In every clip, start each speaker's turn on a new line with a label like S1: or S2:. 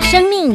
S1: 生命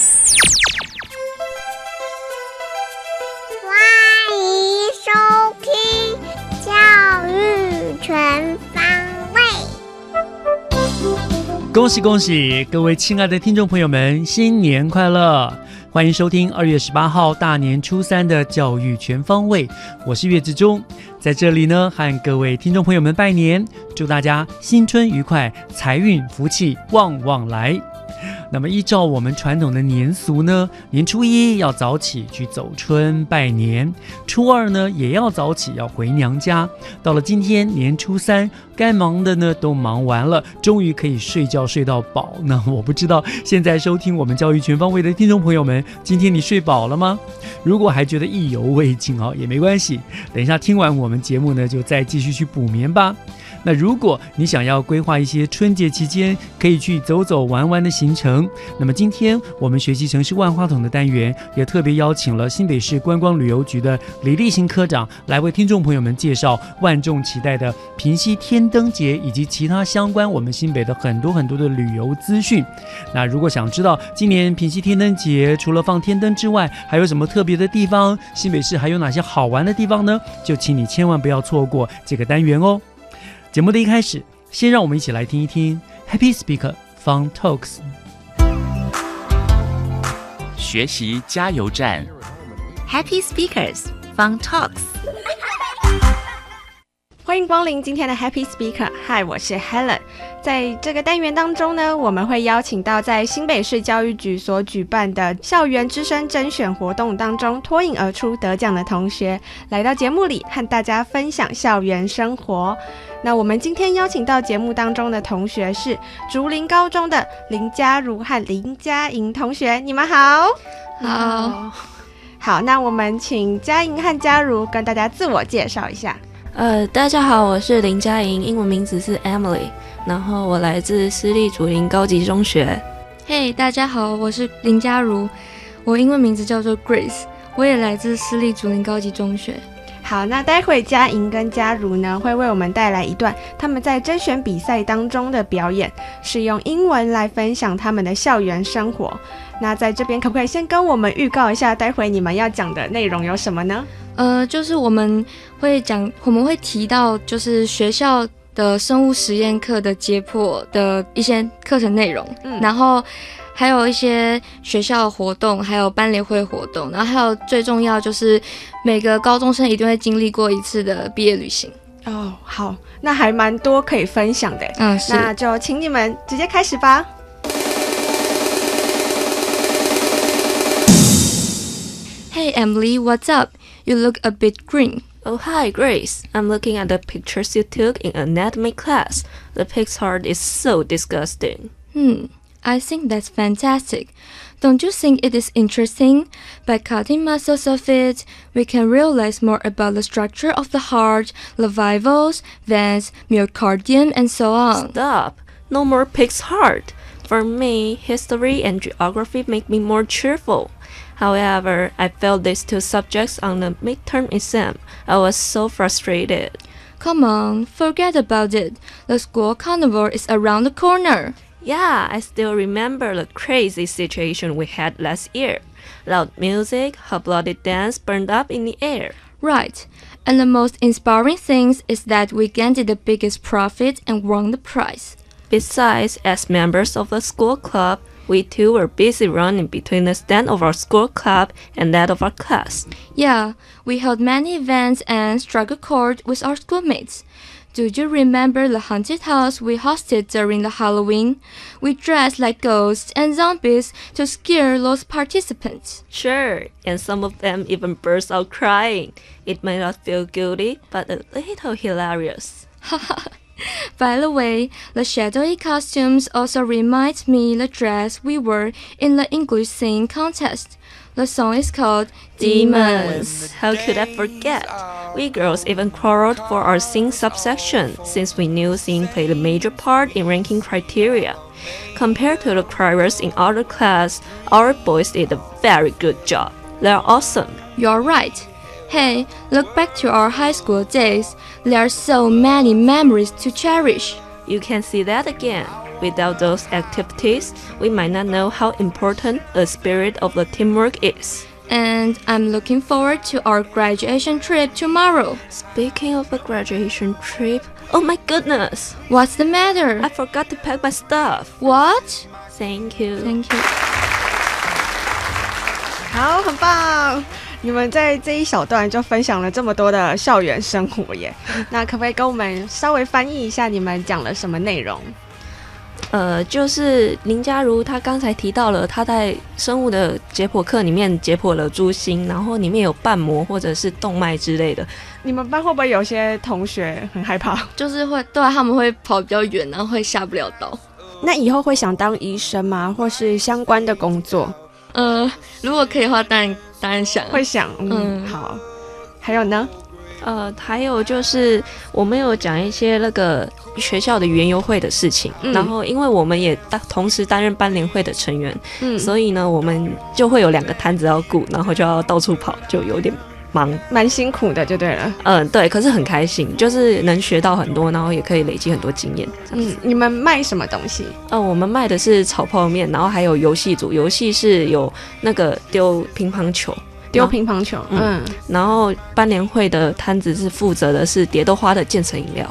S2: 欢迎收听《教育全方位》。
S3: 恭喜恭喜，各位亲爱的听众朋友们，新年快乐！欢迎收听二月十八号大年初三的教育全方位，我是岳志忠，在这里呢和各位听众朋友们拜年，祝大家新春愉快，财运福气旺旺来。那么依照我们传统的年俗呢，年初一要早起去走春拜年，初二呢也要早起要回娘家。到了今天年初三，该忙的呢都忙完了，终于可以睡觉睡到饱。那 我不知道现在收听我们教育全方位的听众朋友们，今天你睡饱了吗？如果还觉得意犹未尽哦，也没关系，等一下听完我们节目呢，就再继续去补眠吧。那如果你想要规划一些春节期间可以去走走玩玩的行程，那么今天我们学习城市万花筒的单元也特别邀请了新北市观光旅游局的李立行科长来为听众朋友们介绍万众期待的平溪天灯节以及其他相关我们新北的很多很多的旅游资讯。那如果想知道今年平溪天灯节除了放天灯之外，还有什么特别的地方，新北市还有哪些好玩的地方呢？就请你千万不要错过这个单元哦。节目的一开始，先让我们一起来听一听 Happy Speaker Fun Talks。
S4: 学习加油站，
S5: Happy Speakers Fun Talks。
S6: 欢迎光临今天的 Happy Speaker，嗨，我是 Helen。在这个单元当中呢，我们会邀请到在新北市教育局所举办的校园之声甄选活动当中脱颖而出得奖的同学，来到节目里和大家分享校园生活。那我们今天邀请到节目当中的同学是竹林高中的林佳如和林佳莹同学，你们好。
S7: 好，
S6: 好，那我们请佳莹和佳如跟大家自我介绍一下。
S7: 呃，大家好，我是林佳莹，英文名字是 Emily，然后我来自私立竹林高级中学。
S8: 嘿大家好，我是林佳如，我英文名字叫做 Grace，我也来自私立竹林高级中学。
S6: 好，那待会佳莹跟佳茹呢会为我们带来一段他们在甄选比赛当中的表演，是用英文来分享他们的校园生活。那在这边可不可以先跟我们预告一下，待会你们要讲的内容有什么呢？
S8: 呃，就是我们会讲，我们会提到就是学校的生物实验课的解剖的一些课程内容，
S6: 嗯
S8: 然后还有一些学校活动，还有班联会活动，然后还有最重要就是每个高中生一定会经历过一次的毕业旅行。
S6: 哦，好，那还蛮多可以分享的。
S8: 嗯，是。
S6: 那就请你们直接开始吧。
S8: Hey Emily, what's up? You look a bit green.
S7: Oh hi Grace, I'm looking at the pictures you took in anatomy class. The pig's heart is so disgusting.
S8: Hmm, I think that's fantastic. Don't you think it is interesting? By cutting muscles of it, we can realize more about the structure of the heart, levivals, veins, myocardium, and so on.
S7: Stop. No more pig's heart. For me, history and geography make me more cheerful. However, I failed these two subjects on the midterm exam. I was so frustrated.
S8: Come on, forget about it. The school carnival is around the corner.
S7: Yeah, I still remember the crazy situation we had last year. Loud music, hot blooded dance burned up in the air.
S8: Right. And the most inspiring thing is that we gained the biggest profit and won the prize.
S7: Besides, as members of the school club, we too were busy running between the stand of our school club and that of our class.
S8: Yeah, we held many events and struck a chord with our schoolmates. Do you remember the haunted house we hosted during the Halloween? We dressed like ghosts and zombies to scare those participants.
S7: Sure, and some of them even burst out crying. It may not feel guilty, but a little hilarious.
S8: By the way, the shadowy costumes also remind me the dress we wore in the English singing contest. The song is called Demons.
S7: How could I forget? We girls even quarreled for our sing subsection since we knew sing played a major part in ranking criteria. Compared to the criers in other class, our boys did a very good job. They're awesome.
S8: You're right. Hey, look back to our high school days. There are so many memories to cherish.
S7: You can see that again. Without those activities, we might not know how important the spirit of the teamwork is.
S8: And I'm looking forward to our graduation trip tomorrow.
S7: Speaking of the graduation trip, oh my goodness!
S8: What's the matter?
S7: I forgot to pack my stuff.
S8: What?
S7: Thank you.
S8: Thank you.
S6: 好，很棒！你们在这一小段就分享了这么多的校园生活耶，那可不可以跟我们稍微翻译一下你们讲了什么内容？
S7: 呃，就是林佳如她刚才提到了，她在生物的解剖课里面解剖了猪心，然后里面有瓣膜或者是动脉之类的。
S6: 你们班会不会有些同学很害 怕？
S8: 就是会对他们会跑比较远，然后会下不了刀。
S6: 那以后会想当医生吗？或是相关的工作？
S8: 呃，如果可以的话，当然当然想啊。
S6: 会想，嗯，
S8: 嗯
S6: 好。还有呢？
S7: 呃，还有就是我们有讲一些那个学校的园游会的事情，
S6: 嗯
S7: 然后因为我们也当同时担任班联会的成员，
S6: 嗯，
S7: 所以呢，我们就会有两个摊子要顾，然后就要到处跑，就有点忙。
S6: 蛮辛苦的，就对了。
S7: 嗯，对，可是很开心，就是能学到很多，然后也可以累积很多经验。
S6: 嗯，你们卖什么东西？
S7: 呃，我们卖的是炒泡面，然后还有游戏组，游戏是有那个丢乒乓球，
S6: 丢
S7: 啊
S6: 乒乓球。嗯
S7: 嗯，然后班联会的摊子是负责的是蝶豆花的健成饮料，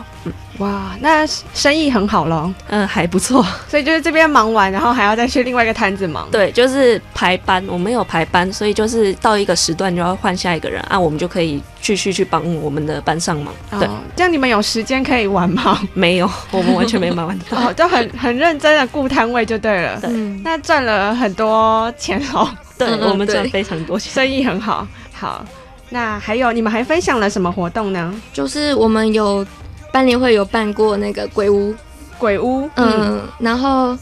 S6: 哇，那生意很好喽。
S7: 嗯，还不错。
S6: 所以就是这边忙完，然后哦还要再去另外一个摊子忙。
S7: 对，就是排班，我们有排班，所以就是到一个时段就要换下一个人啊，我们就可以继续去帮我们的班上忙。对，
S6: 哦，这样你们有时间可以玩吗？
S7: 没有，我们完全没忙 完。
S6: 哦，就很很认真的顾摊位就对了。
S8: 嗯，
S6: 那赚了很多钱哦，
S7: 对，
S8: 嗯
S7: 我们赚
S8: 对
S7: 非常多钱。
S6: 生意很好。好，那还有你们还分享了什么活动呢？
S8: 就是我们有班联会有办过那个鬼屋，
S6: 鬼屋，嗯，
S8: 嗯，然后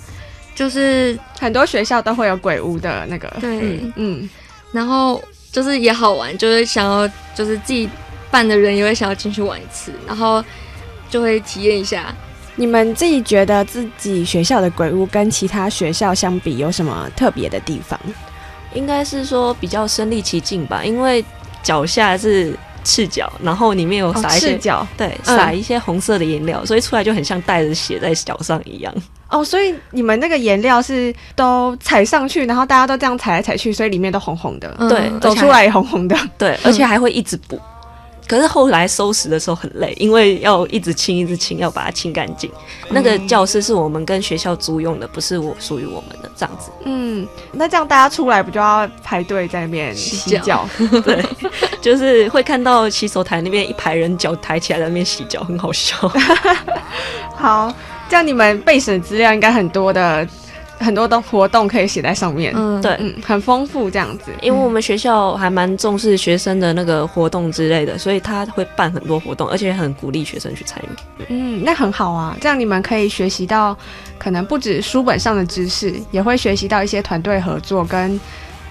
S8: 就是
S6: 很多学校都会有鬼屋的那个，
S8: 对，
S6: 嗯，
S8: 然后就是也好玩，就是想要就是自己办的人也会想要进去玩一次，然后就会体验一下。
S9: 你们自己觉得自己学校的鬼屋跟其他学校相比有什么特别的地方？
S7: 应该是说比较身临其境吧，因为脚下是赤脚，然后里面有
S6: 哦
S7: 撒一些、
S6: 赤脚
S7: 对，
S6: 嗯
S7: 撒一些红色的颜料，所以出来就很像带着血在脚上一样。
S6: 哦，所以你们那个颜料是都踩上去，然后大家都这样踩来踩去，所以里面都红红的，
S8: 嗯
S7: 对
S6: 走出来也红红的。
S7: 对，而且还会一直补。可是后来收拾的时候很累，因为要一直清，一直清，要把它清干净。那个教室是我们跟学校租用的，不是我属于我们的这样子。
S6: 嗯，那这样大家出来不就要排队在那边洗
S8: 脚
S6: 脚？
S7: 对， 就是会看到洗手台那边一排人脚抬起来在那边洗脚，很好笑。
S6: 好，这样你们备审资料应该很多的，很多的活动可以写在上面。
S8: 嗯，
S7: 对
S6: 嗯，很丰富这样子。
S7: 因为我们学校还蛮重视学生的那个活动之类的，所以他会办很多活动，而且很鼓励学生去参与。
S6: 嗯，那很好啊，这样你们可以学习到，可能不止书本上的知识，也会学习到一些团队合作跟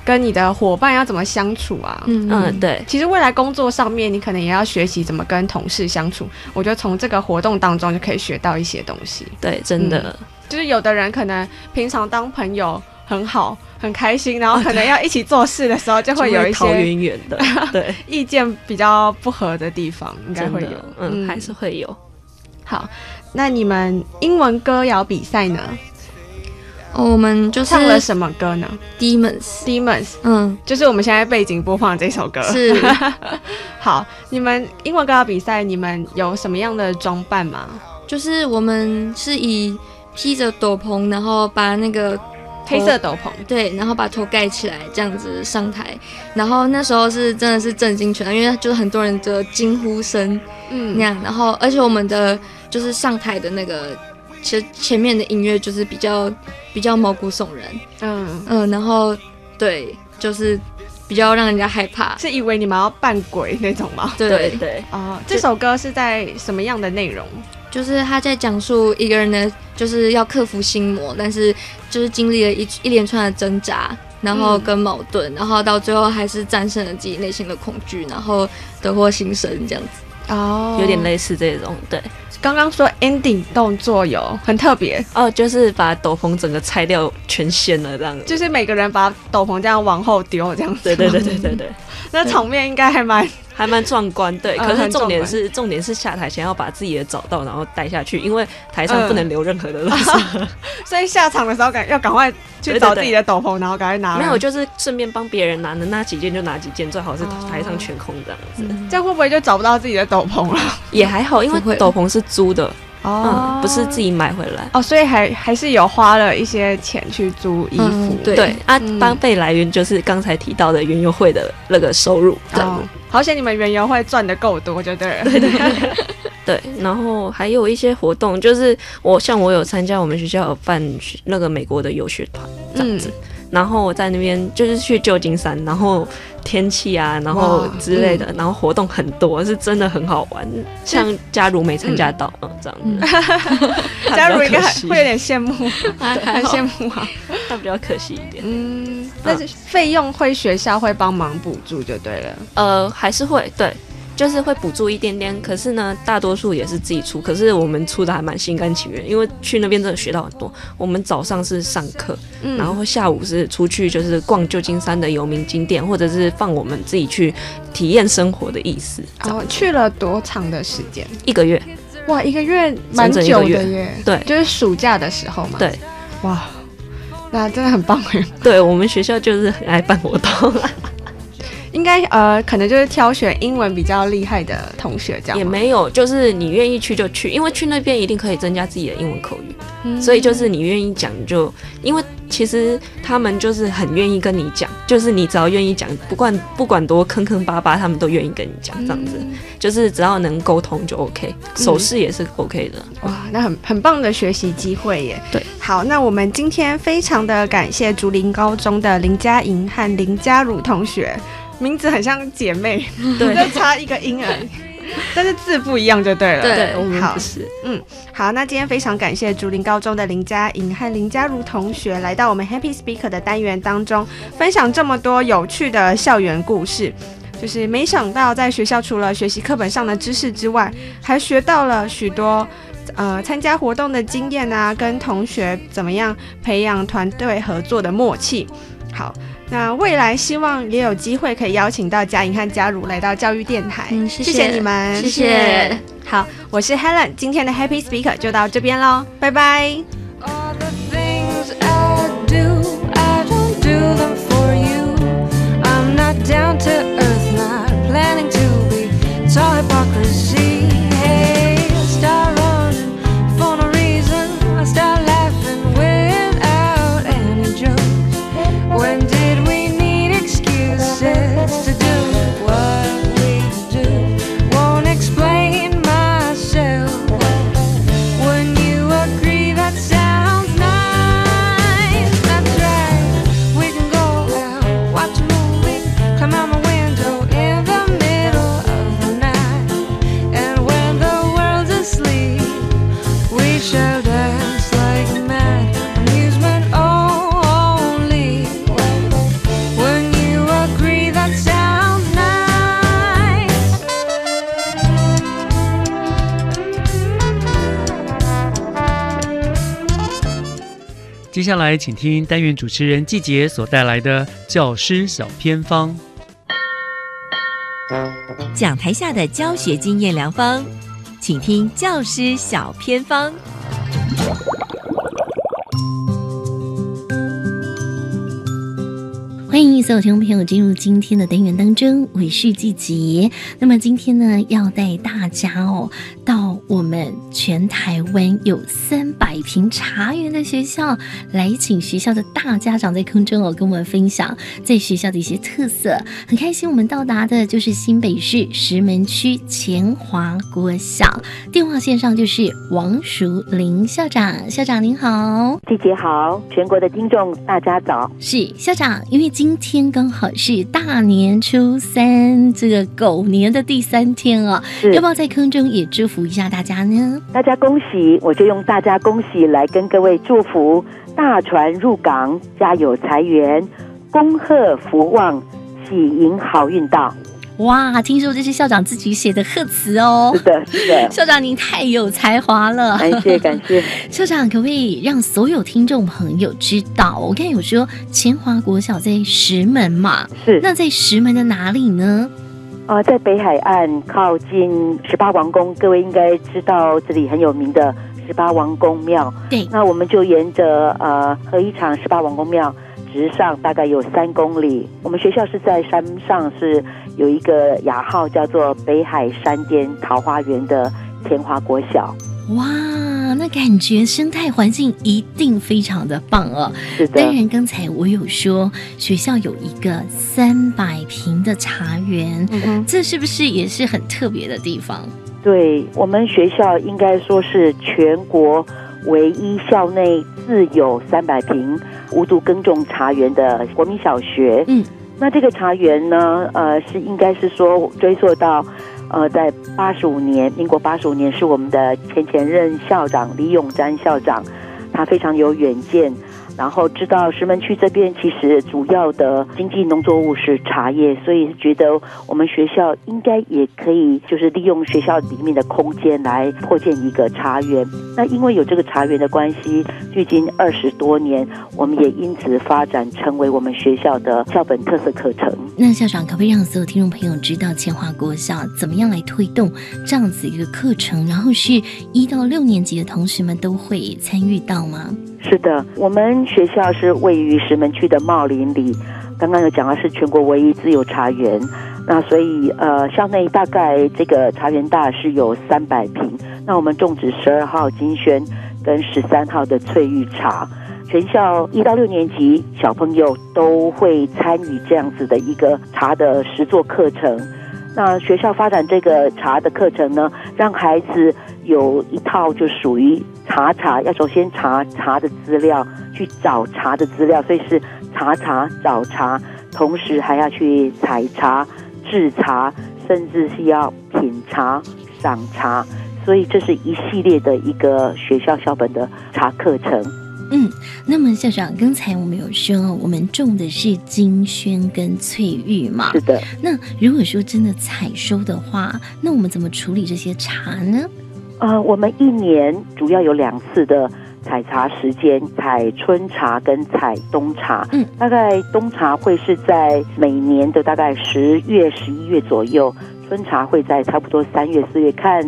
S6: 跟你的伙伴要怎么相处啊。
S8: 嗯
S7: 嗯，对，
S6: 其实未来工作上面，你可能也要学习怎么跟同事相处。我觉得从这个活动当中就可以学到一些东西。
S7: 对，真的。
S6: 就是有的人可能平常当朋友很好，很开心，然后可能要一起做事的时候，就会有一
S7: 逃
S6: 些
S7: 远远 的，对，
S6: 意见比较不合的地方，应该
S7: 真
S6: 会
S7: 的
S6: 有。，
S7: 嗯，
S6: 嗯
S7: 还是会有。
S6: 好，那你们英文歌谣比赛呢？
S8: 哦我们就是
S6: 唱了什么歌呢
S8: demons，
S6: ？Demons，
S8: 嗯，
S6: 就是我们现在背景播放的这首歌。
S8: 是
S6: 好，你们英文歌谣比赛，你们有什么样的装扮吗？
S8: 就是我们是以披着斗篷，然后把那个
S6: 黑色斗篷，
S8: 对，然后把头盖起来，这样子上台。然后那时候是真的是震惊全场，因为就是很多人的惊呼声，嗯，那样。然后而且我们的就是上台的那个，其实前面的音乐就是比较比较毛骨悚然，
S6: 嗯
S8: 嗯，然后对，就是比较让人家害怕。
S6: 是以为你们要扮鬼那种吗？
S8: 对
S7: 对
S6: 哦，这首歌是在什么样的内容？
S8: 就是他在讲述一个人的，就是要克服心魔，但是就是经历了一一连串的挣扎，然
S6: 嗯
S8: 后跟矛盾，然后到最后还是战胜了自己内心的恐惧，然后得获新生这样子。
S6: 哦
S7: 有点类似这种，对，
S6: 刚刚说 ending 动作有很特别，
S7: 哦，就是把斗篷整个拆掉全掀了这样子，
S6: 就是每个人把斗篷这样往后丢，这样子。
S7: 对对对对对对，
S6: 那场面应该还蛮……
S7: 还蛮壮观，对。
S6: 嗯
S7: 可是
S6: 很壮
S7: 重点
S6: 观
S7: 是重点是下台前要把自己的找到，然后带下去，因为台上
S6: 嗯
S7: 不能留任何的 垃圾。
S6: 所以下场的时候赶要赶快去找自己的斗篷，然后赶快拿。
S7: 没有，就是顺便帮别人拿，能拿几件就拿几件，最好是台上全空这样子。
S6: 这样会不会就找不到自己的斗篷了？
S7: 嗯也还好，因
S6: 嗯
S8: 不会
S7: 为斗篷是租的，
S6: 哦
S7: 嗯，不是自己买回来。
S6: 哦，所以还还是有花了一些钱去租衣服
S8: 嗯。对
S7: 对啊
S6: 嗯，
S7: 帮费来源就是刚才提到的园游会的那个收入，对
S6: 哦，好险你们原油会赚的够多，就对了。
S7: 对，然后还有一些活动，就是我像我有参加我们学校有办学那个美国的游学团这样子，然后我在那边就是去旧金山，然后天气啊，然后
S6: 哇
S7: 之类的，然后活动很多，是真的很好玩。像佳茹没参加到，嗯，这样 子，她比较
S6: 加入应该
S7: 可惜
S6: 会有点羡慕，很羡慕啊。
S7: 但比较可惜一点。
S6: 嗯，
S7: 啊
S6: 但是费用会学校会帮忙补助就对了。
S7: 呃，还是会对，就是会补助一点点，可是呢，大多数也是自己出。可是我们出的还蛮心甘情愿，因为去那边真的学到很多。我们早上是上课，
S6: 嗯
S7: 然后下午是出去就是逛旧金山的游民景点，或者是放我们自己去体验生活的意思。这样
S6: 哦，去了多长的时间？
S7: 一个月，
S6: 哇，一个月蛮
S7: 嗯整
S6: 久的
S7: 整一个月
S6: 耶。
S7: 对
S6: 就是暑假的时候嘛。
S7: 对，
S6: 哇，那真的很棒耶。
S7: 对我们学校就是很爱办活动，
S6: 应该呃，可能就是挑选英文比较厉害的同学这样吗。
S7: 也没有就是你愿意去就去，因为去那边一定可以增加自己的英文口语。所以就是你愿意讲你就，因为其实他们就是很愿意跟你讲，就是你只要愿意讲，不管不管多坑坑巴巴，他们都愿意跟你讲，这样子，就是只要哦能沟通就 OK，手势也是 OK 的。
S6: 嗯哇，那很很棒的学习机会耶！
S7: 对，
S6: 好，那我们今天非常的感谢竹林高中的林佳莹和林佳茹同学，名字很像姐妹，
S7: 对
S6: 就差一个音而已，但是字不一样就对了。
S8: 对
S7: 对，我们
S6: 好
S7: 不是，
S6: 嗯好，那今天非常感谢竹林高中的林佳莹和林佳茹同学来到我们 Happy Speaker 的单元当中，分享这么多有趣的校园故事。就是没想到，在学校除了学习课本上的知识之外，还学到了许多，呃，参加活动的经验啊，跟同学怎么样培养团队合作的默契。好，那未来希望也有机会可以邀请到佳莹和佳茹来到教育电台。
S8: 嗯谢谢
S6: 谢你们，
S8: 谢谢。
S6: 好，我是 Helen，今天的 Happy Speaker 就到这边喽，拜拜。
S10: All the things I do, I don't do them for you. I'm not down to earth, not planning to be. It's all hypocrisy. Hey, I start running for no reason. I start laughing without any jokes. When did we need excuses to do what we do? Won't explain myself. When you agree, that sounds nice. That's right. We can go out, watch a movie, climb out my window in the middle of the night. And when the world's asleep, we shall dance like mad. Amusement only. When you agree, that sounds nice.
S3: 接下来，请听单元主持人季杰所带来的教师小偏方。
S5: 讲台下的教学经验良方，请听教师小偏方。
S1: 欢迎所有听众朋友进入今天的单元当中，我是季杰。那么今天呢，要带大家哦到我们全台湾有三百平茶园的学校，来请学校的大家长在空中哦跟我们分享在学校的一些特色。很开心，我们到达的就是新北市石门区前华国小，电话线上就是王淑玲校长，校长您好，
S11: 季姐好，全国的听众大家早，
S1: 是校长，因为今天刚好是大年初三，这个狗年的第三天哦，
S11: 是
S1: 要不要在空中也祝福一下大家呢？
S11: 大家恭喜！我就用大家恭喜来跟各位祝福，大船入港，家有财源，恭贺福旺，喜迎好运到。
S1: 哇，听说这是校长自己写的贺词哦。
S11: 是的，是的
S1: 校长您太有才华了，
S11: 感谢感谢。
S1: 校长可不可以让所有听众朋友知道？我看有说前华国小在石门嘛，
S11: 是
S1: 那在石门的哪里呢？
S11: 呃，在北海岸靠近十八王宫，各位应该知道这里很有名的十八王宫庙。
S1: 对，
S11: 那我们就沿着呃和一场十八王宫庙直上，大概有三公里。我们学校是在山上，是有一个雅号叫做北海山巅桃花源的前华国小。
S1: 哇，那感觉生态环境一定非常的棒哦。
S11: 是的
S1: 当，然，刚才我有说学校有一个三百平的茶园，
S11: 嗯
S1: 这是不是也是很特别的地方？
S11: 对我们学校应该说是全国唯一校内自有三百平无毒耕种茶园的国民小学。
S1: 嗯，
S11: 那这个茶园呢，呃，是应该是说追溯到。呃，在八十五年，民国八十五年是我们的前前任校长李永瞻校长，他非常有远见，然后知道石门区这边其实主要的经济农作物是茶叶，所以觉得我们学校应该也可以就是利用学校里面的空间来扩建一个茶园。那因为有这个茶园的关系，距今二十多年，我们也因此发展成为我们学校的校本特色课程。
S1: 那校长可不可以让所有听众朋友知道千华国校怎么样来推动这样子一个课程？然后是一到六年级的同学们都会参与到吗？
S11: 是的，我们学校是位于石门区的茂林里，刚刚有讲到是全国唯一自有茶园。那所以呃，校内大概这个茶园大是有三百平，那我们种植十二号金萱跟十三号的翠玉茶。全校一到六年级小朋友都会参与这样子的一个茶的实作课程。那学校发展这个茶的课程呢，让孩子有一套就属于查茶，要首先查茶的资料，去找茶的资料，所以是查茶找茶，同时还要去采茶、制茶，甚至是要品茶、赏茶，所以这是一系列的一个学校校本的茶课程。
S1: 嗯，那么校长，刚才我们有说我们种的是金萱跟翠玉嘛？
S11: 是的。
S1: 那如果说真的采收的话，那我们怎么处理这些茶呢？
S11: 呃，我们一年主要有两次的采茶时间，采春茶跟采冬茶。
S1: 嗯，
S11: 大概冬茶会是在每年的大概十月、十一月左右，春茶会在差不多三月、四月，看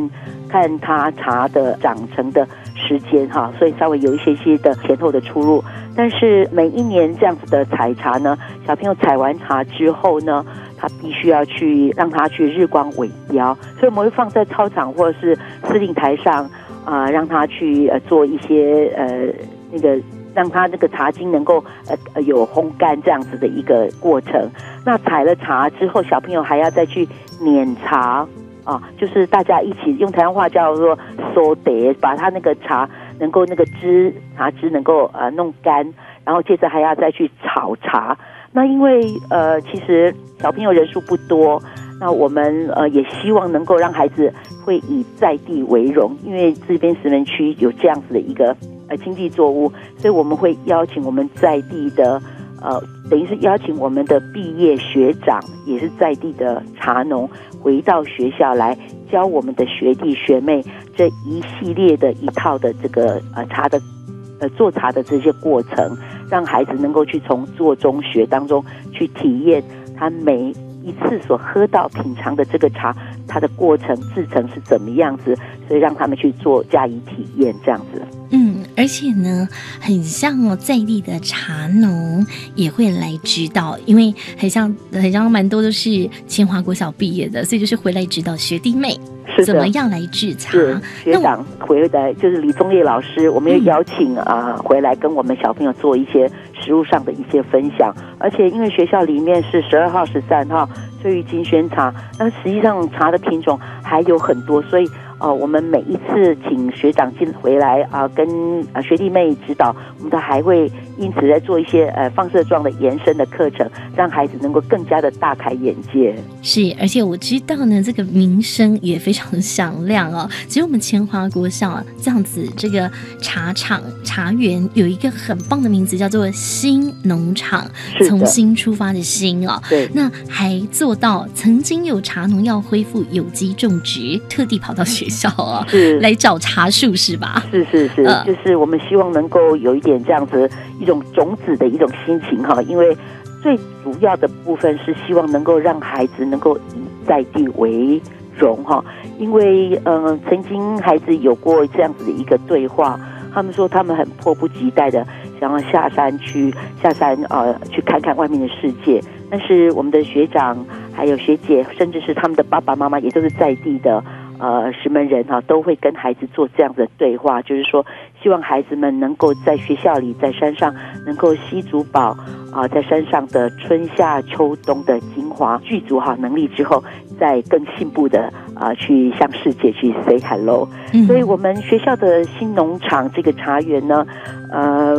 S11: 看它茶的长成的时间哈，所以稍微有一些些的前后的出入。但是每一年这样子的采茶呢，小朋友采完茶之后呢，他必须要去让他去日光尾雕，所以我们会放在操场或者是司令台上啊、让他去呃做一些呃那个。让他那个茶茎能够呃呃有烘干这样子的一个过程。那采了茶之后，小朋友还要再去碾茶啊，就是大家一起用台湾话叫做“收得”，把它那个茶能够那个汁茶汁能够呃弄干，然后接着还要再去炒茶。那因为呃，其实小朋友人数不多，那我们呃也希望能够让孩子会以在地为荣，因为这边石门区有这样子的一个呃经济作物，所以我们会邀请我们在地的呃，等于是邀请我们的毕业学长，也是在地的茶农，回到学校来教我们的学弟学妹这一系列的一套的这个呃茶的呃做茶的这些过程，让孩子能够去从做中学当中去体验他每一次所喝到品尝的这个茶，它的过程制成是怎么样子，所以让他们去做加以体验这样子。
S1: 嗯，而且呢，很像哦，在地的茶农也会来指导，因为很像很像蛮多都是清华国小毕业的，所以就是回来指导学弟妹。
S11: 是的
S1: 怎么样来制茶。
S11: 是学长回来，就是李宗业老师，我们也邀请啊、回来跟我们小朋友做一些食物上的一些分享。而且因为学校里面是十二号、十三号翠玉金萱茶，那实际上茶的品种还有很多，所以呃，我们每一次请学长进回来啊、跟呃学弟妹指导，我们都还会因此在做一些呃放射状的延伸的课程，让孩子能够更加的大开眼界。
S1: 是，而且我知道呢，这个名声也非常的响亮哦。只有我们千华国校啊，这样子，这个茶厂茶园有一个很棒的名字，叫做新农场
S11: 是，的
S1: 从新出发的新哦。
S11: 对
S1: 那还做到曾经有茶农要恢复有机种植，特地跑到学校哦
S11: 是，
S1: 来找茶树是吧？
S11: 是是是
S1: 嗯，
S11: 就是我们希望能够有一点这样子一种种子的一种心情哈，因为最主要的部分是希望能够让孩子能够以在地为荣哈，因为嗯、呃曾经孩子有过这样子的一个对话，他们说他们很迫不及待的想要下山去下山呃去看看外面的世界，但是我们的学长还有学姐，甚至是他们的爸爸妈妈也都是在地的呃石门人哈、都会跟孩子做这样的对话，就是说希望孩子们能够在学校里在山上能够吸足饱啊、在山上的春夏秋冬的精华，具足好能力之后，再更进步的啊、去向世界去 say hello。
S1: 嗯
S11: 所以我们学校的新农场这个茶园呢，呃，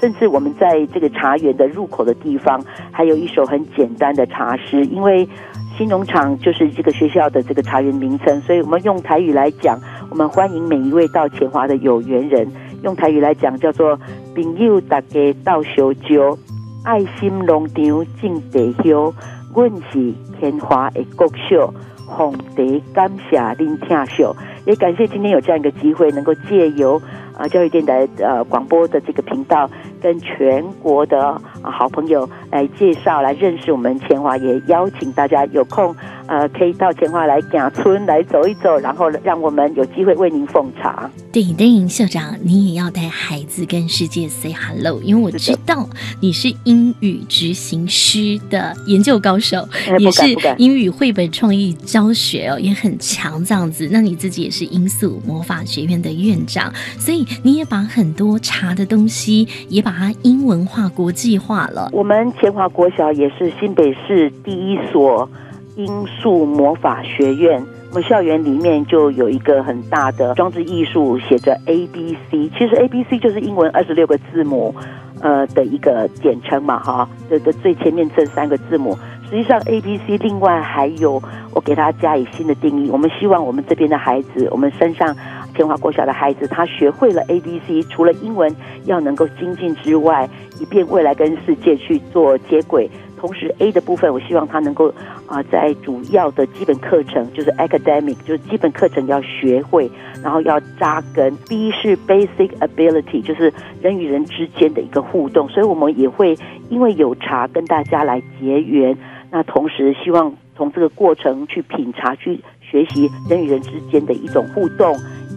S11: 甚至我们在这个茶园的入口的地方，还有一首很简单的茶诗，因为新农场就是这个学校的这个茶园名称，所以我们用台语来讲，我们欢迎每一位到前华的有缘人，用台语来讲叫做“朋友大家到小酒，爱心农场种地香，阮是前华的国秀，红茶感谢您听秀。”也感谢今天有这样一个机会，能够借由啊、呃教育电台呃广播的这个频道，跟全国的、呃好朋友来介绍、来认识我们钱华，也邀请大家有空呃可以到钱华来甲村来走一走，然后让我们有机会为您奉茶。
S1: 对，邓颖校长，你也要带孩子跟世界 say hello，因为我知道你是英语执行师的研究高手，
S11: 哎
S1: 也
S11: 不
S1: 是
S11: 敢不敢
S1: 英语绘本创意教学哦，也很强这样子。那你自己也是音速魔法学院的院长，所以你也把很多茶的东西也把它英文化、国际化了。
S11: 我们前华国小也是新北市第一所音速魔法学院。我们校园里面就有一个很大的装置艺术，写着 A B C，其实 A B C 就是英文二十六个字母，呃的一个简称嘛，哈，这个最前面这三个字母。实际上 A B C 另外还有我给它加以新的定义，我们希望我们这边的孩子，我们身上天华国小的孩子，他学会了 A B C，除了英文要能够精进之外，以便未来跟世界去做接轨。同时 A 的部分，我希望他能够啊、在主要的基本课程，就是 academic，就是基本课程要学会，然后要扎根。B 是 basic ability，就是人与人之间的一个互动，所以我们也会因为有茶跟大家来结缘。那同时希望从这个过程去品茶，去学习人与人之间的一种互动、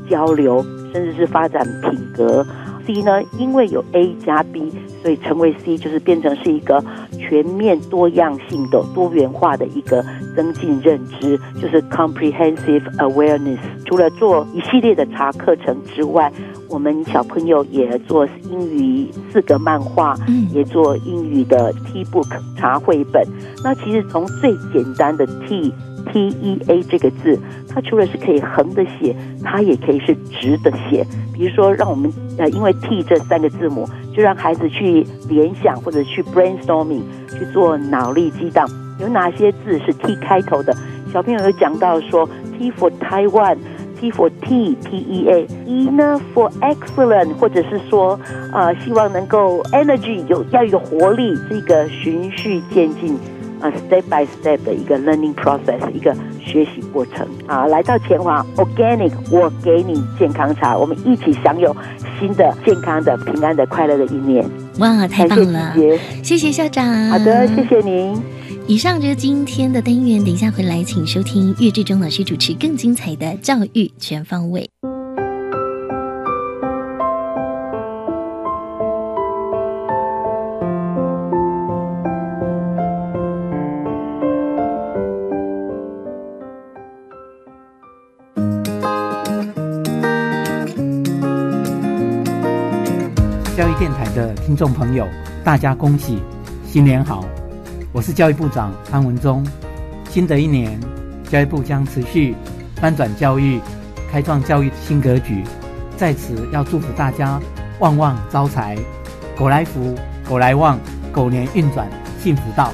S11: 交流，甚至是发展品格。C 呢，因为有 A 加 B，所以成为 C 就是变成是一个全面多样性的多元化的一个增进认知，就是 comprehensive awareness。除了做一系列的茶课程之外，我们小朋友也做英语四格漫画，
S1: 嗯
S11: 也做英语的 T book 茶绘本。那其实从最简单的 T T E A 这个字，它除了是可以横的写，它也可以是直的写。比如说，让我们呃，因为 T 这三个字母，就让孩子去联想或者去 brainstorming 去做脑力激荡，有哪些字是 T 开头的？小朋友有讲到说 T for Taiwan。T for T T E A E 呢 for excellent，或者是说，呃，希望能够 energy 有要有活力，是一个循序渐进，呃，step by step 的一个 learning process，一个学习过程啊。来到前华 organic，我给你健康茶，我们一起享有新的健康的、平安的、快乐的一年。
S1: 哇，啊太
S11: 感谢
S1: 棒了
S11: 季！杰，
S1: 谢谢校长。
S11: 好的，谢谢您。
S1: 以上就是今天的单元，等一下回来请收听岳志忠老师主持更精彩的教育全方位。
S12: 电台的听众朋友，大家恭喜，新年好！我是教育部长潘文忠。新的一年，教育部将持续翻转教育，开创教育新格局。在此要祝福大家旺旺招财，狗来福，狗来旺，狗年运转幸福到。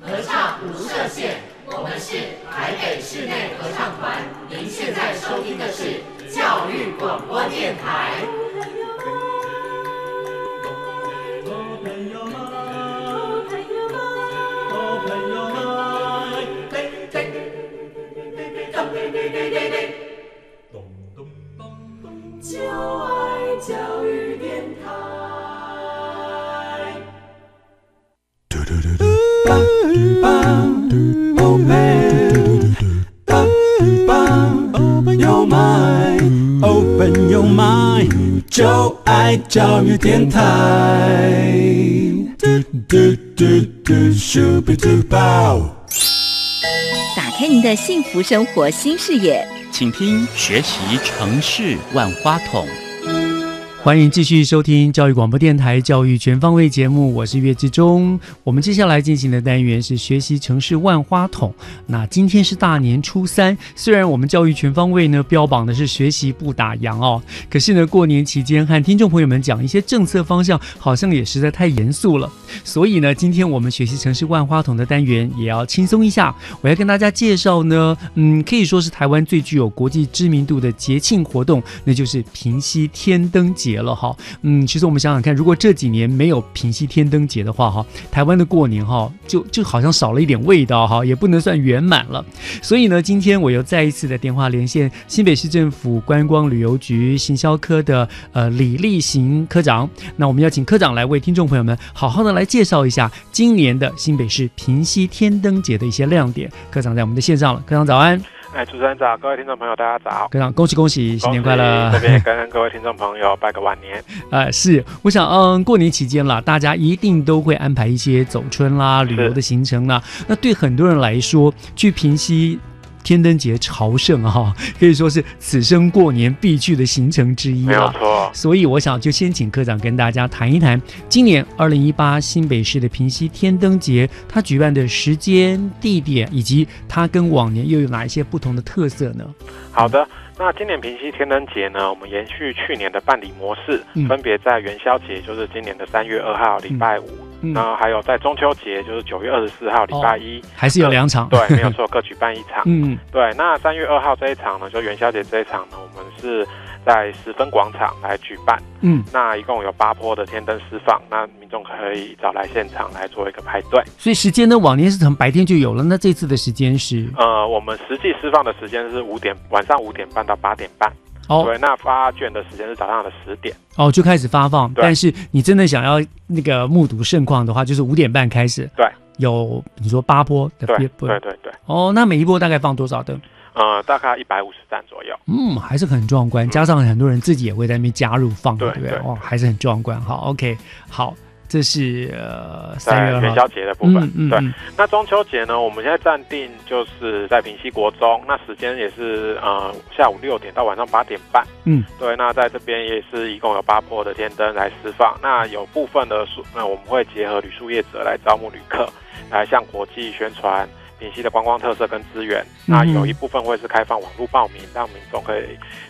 S13: 合唱不设限，我们是台北室内合唱团。您现在收听的是教育广播电台。就爱教育电台。
S14: Open your mind, open your mind，就爱教育电台。嘟嘟嘟嘟，Super Duper。
S5: 打开您的幸福生活新视野。
S4: 请听学习城市万花筒。
S3: 欢迎继续收听教育广播电台《教育全方位》节目，我是岳志忠。我们接下来进行的单元是学习城市万花筒。那今天是大年初三，虽然我们教育全方位呢标榜的是学习不打烊哦，可是呢过年期间和听众朋友们讲一些政策方向，好像也实在太严肃了。所以呢，今天我们学习城市万花筒的单元也要轻松一下。我要跟大家介绍呢，嗯，可以说是台湾最具有国际知名度的节庆活动，那就是平息天灯节。了哈，嗯，其实我们想想看，如果这几年没有平息天灯节的话哈，台湾的过年哈就就好像少了一点味道哈，也不能算圆满了。所以呢，今天我又再一次的电话连线新北市政府观光旅游局行销科的呃李立行科长，那我们要请科长来为听众朋友们好好的来介绍一下今年的新北市平息天灯节的一些亮点。科长在我们的线上了，科长早安。
S15: 哎，主持人早，各位听众朋友，大家早。
S3: 科长，恭喜恭喜，新年快乐！
S15: 这 边也跟各位听众朋友拜个晚年。
S3: 呃，是，我想，嗯，过年期间啦，大家一定都会安排一些走春啦、旅游的行程啦。那对很多人来说，去平息天灯节朝圣哈、啊，可以说是此生过年必去的行程之一
S15: 没有
S3: 啦。
S15: 错，
S3: 所以我想就先请科长跟大家谈一谈，今年二零一八新北市的平息天灯节，它举办的时间、地点，以及它跟往年又有哪一些不同的特色呢？
S15: 好的。那今年平息天灯节呢，我们延续去年的办理模式，
S3: 嗯
S15: 分别在元宵节，就是今年的三月二号礼拜五，
S3: 嗯
S15: 然后还有在中秋节，就是九月二十四号礼拜一，
S3: 还是有两场？
S15: 对，没有错，各举办一场。
S3: 哦 嗯
S15: 对，那三月二号这一场呢，就元宵节这一场呢，我们是在十分广场来举办。
S3: 嗯，
S15: 那一共有八波的天灯释放，那民众可以早来现场来做一个排队。
S3: 所以时间呢，往年是从白天就有了，那这次的时间是
S15: 呃，我们实际释放的时间是五点，晚上五点半到八点半。
S3: 哦
S15: 对，那发券的时间是早上的十点。
S3: 哦就开始发放，
S15: 对
S3: 但是你真的想要那个目睹盛况的话，就是五点半开始。
S15: 对，
S3: 有你说八波的
S15: 对，
S3: 别波
S15: 对对对，
S3: 哦，那每一波大概放多少灯？
S15: 呃，大概一百五十站左右。
S3: 嗯，还是很壮观，加上很多人自己也会在那边加入放，对
S15: 对
S3: 不对？
S15: 对
S3: 哦，还是很壮观。好，OK，好，这是呃三
S15: 在
S3: 月二号
S15: 元宵节的部分，
S3: 嗯嗯
S15: 对
S3: 嗯。
S15: 那中秋节呢？我们现在暂定就是在平西国中，那时间也是呃下午六点到晚上八点半。
S3: 嗯，
S15: 对，那在这边也是一共有八波的天灯来释放，那有部分的树，那我们会结合旅宿业者来招募旅客，来向国际宣传平溪的观光特色跟资源。那有一部分会是开放网络报名，让民众可以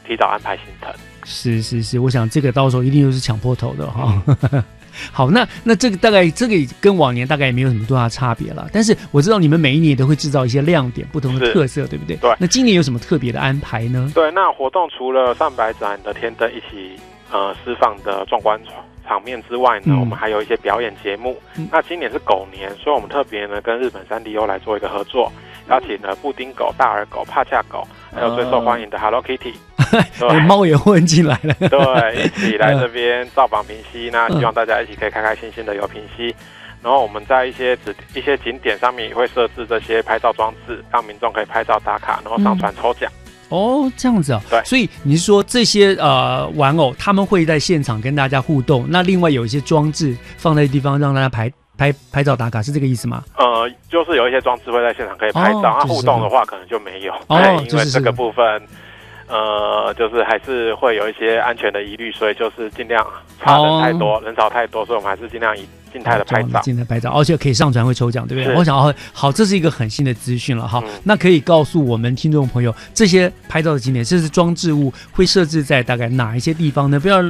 S15: 提早安排行程。
S3: 是是是，我想这个到时候一定又是抢破头的哈、
S15: 嗯
S3: 好，那那这个大概这个跟往年大概也没有什么多大差别了。但是我知道你们每一年都会制造一些亮点、不同的
S15: 是
S3: 特色，对不对？
S15: 对
S3: 那今年有什么特别的安排呢？
S15: 对，那活动除了上百盏的天灯一起呃释放的壮观场场面之外呢，
S3: 嗯
S15: 我们还有一些表演节目。那今年是狗年，所以我们特别呢跟日本三 D O 来做一个合作，邀请了布丁狗、大耳狗、帕恰狗，还有最受欢迎的 Hello Kitty，、
S3: 哎猫嗯也混进来了。
S15: 对，一起来这边造访平溪。那
S3: 嗯
S15: 希望大家一起可以开开心心的游平溪。然后我们在一些指一些景点上面也会设置这些拍照装置，让民众可以拍照打卡，然后上传抽奖。
S3: 哦，这样子啊、对。所以你是说这些呃玩偶他们会在现场跟大家互动，那另外有一些装置放在地方让大家拍拍拍照打卡，是这个意思吗？
S15: 呃，就是有一些装置会在现场可以拍照，
S3: 哦
S15: 那、
S3: 就是
S15: 互动的话可能就没有，
S3: 哦
S15: 哎因
S3: 就
S15: 为
S3: 是这
S15: 这
S3: 个
S15: 个部分，呃，就是还是会有一些安全的疑虑，所以就是尽量怕人太
S3: 哦
S15: 多，人潮太多，所以我们还是尽量以静态的拍照。
S3: 进来拍照，而且可以上传会抽奖，对不对？
S15: 是嗯
S3: 我想哦，好，这是一个很新的资讯了哈。那可以告诉我们听众朋友，这些拍照的景点，这是装置物会设置在大概哪一些地方呢？不要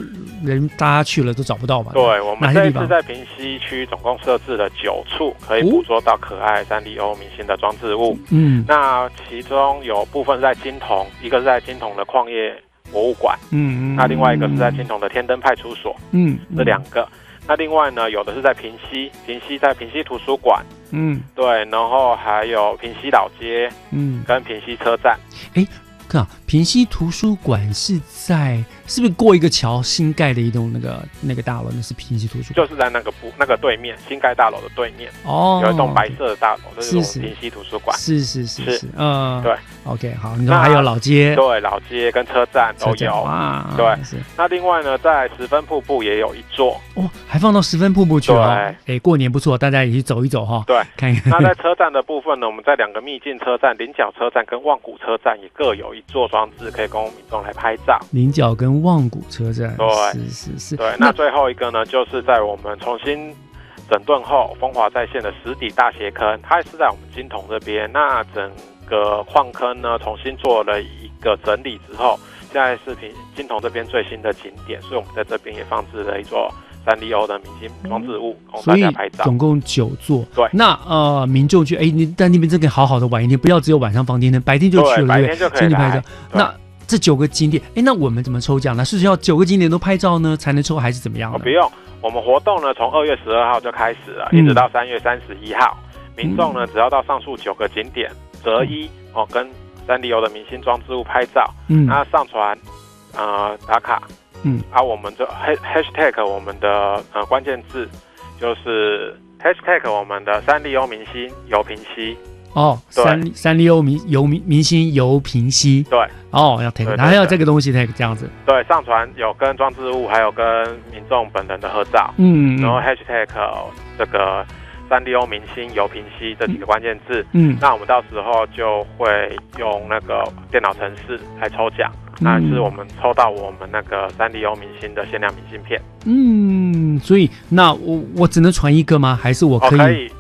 S3: 人大家去了都找不到吧？
S15: 对，我们
S3: 哪
S15: 这
S3: 些地
S15: 一次
S3: 方？
S15: 在平西区总共设置了九处可以捕捉到可爱三丽鸥明星的装置物。
S3: 哦嗯
S15: 那其中有部分是在金铜，一个是在金铜的矿业博物馆，
S3: 嗯嗯
S15: 那另外一个是在金铜的天灯派出所，
S3: 嗯
S15: 这两个。那另外呢，有的是在平西，平西在平西图书馆，
S3: 嗯
S15: 对，然后还有平西老街
S3: 嗯，
S15: 跟平西车站，
S3: 哎、看啊，平西图书馆是在是不是过一个桥新盖的一栋那个那个大楼？那是平西图书馆。
S15: 就是在那个部那个对面新盖大楼的对面，
S3: 哦
S15: 有一栋白色的大楼，这是我
S3: 是是
S15: 们平西图书馆，
S3: 是是是
S15: 是
S3: 是，嗯，
S15: 对。
S3: OK，好，你说还有老街，
S15: 对，老街跟车站啊都
S3: 车站
S15: 有
S3: 哇。
S15: 对
S3: 是，
S15: 那另外呢，在十分瀑布也有一座。
S3: 哦，还放到十分瀑布去了。
S15: 哦对
S3: 哎，过年不错，大家也去走一走哈。
S15: 对，
S3: 看一看。
S15: 那在车站的部分呢，我们在两个秘境车站、菱角车站跟望谷车站也各有一座装置，可以供民众来拍照。
S3: 菱角跟望谷车站，
S15: 对
S3: 是是是。
S15: 对，那最后一个呢，就是在我们重新整顿后，风华在线的实体大斜坑，它也是在我们金铜这边。那整个矿坑呢，重新做了一个整理之后，现在是平金铜这边最新的景点，所以我们在这边也放置了一座三丽鸥的明星装置物，供大
S3: 所以
S15: 家拍照。
S3: 总共九座。
S15: 对
S3: 那呃，民众去，哎，你在那边真的好好的玩一天，不要只有晚上放天灯，白天就去了，
S15: 对
S3: 对
S15: 白天
S3: 不对？
S15: 就可以
S3: 真的拍
S15: 来
S3: 照。那这九个景点，哎，那我们怎么抽奖呢？是要九个景点都拍照呢，才能抽，还是怎么样呢？
S15: 哦不用，我们活动呢从二月十二号就开始了，
S3: 嗯
S15: 一直到三月三十一号。民众呢只要到上述九个景点择一哦，跟三丽鸥的明星装置物拍照，
S3: 嗯
S15: 那上传呃打卡，
S3: 嗯，
S15: 啊，我们就 hash- hashtag 我们的呃关键字就是 hashtag 我们的三丽鸥明星游平溪，
S3: 哦，
S15: 对
S3: 三三丽鸥明游明明星游平溪，
S15: 对，
S3: 哦，要 take，
S15: 对对
S3: 还要
S15: 对
S3: 这个东西 take 这样子，
S15: 对，上传有跟装置物，还有跟民众本人的合照，
S3: 嗯嗯
S15: 然后 hashtag 这个三 D O 明星游平溪这几个关键字，
S3: 嗯
S15: 那我们到时候就会用那个电脑程式来抽奖，那
S3: 嗯
S15: 是我们抽到我们那个三 D O 明星的限量明信片，
S3: 嗯，所以那我我只能传一个吗？还是我
S15: 哦，
S3: 可以？
S15: 可以。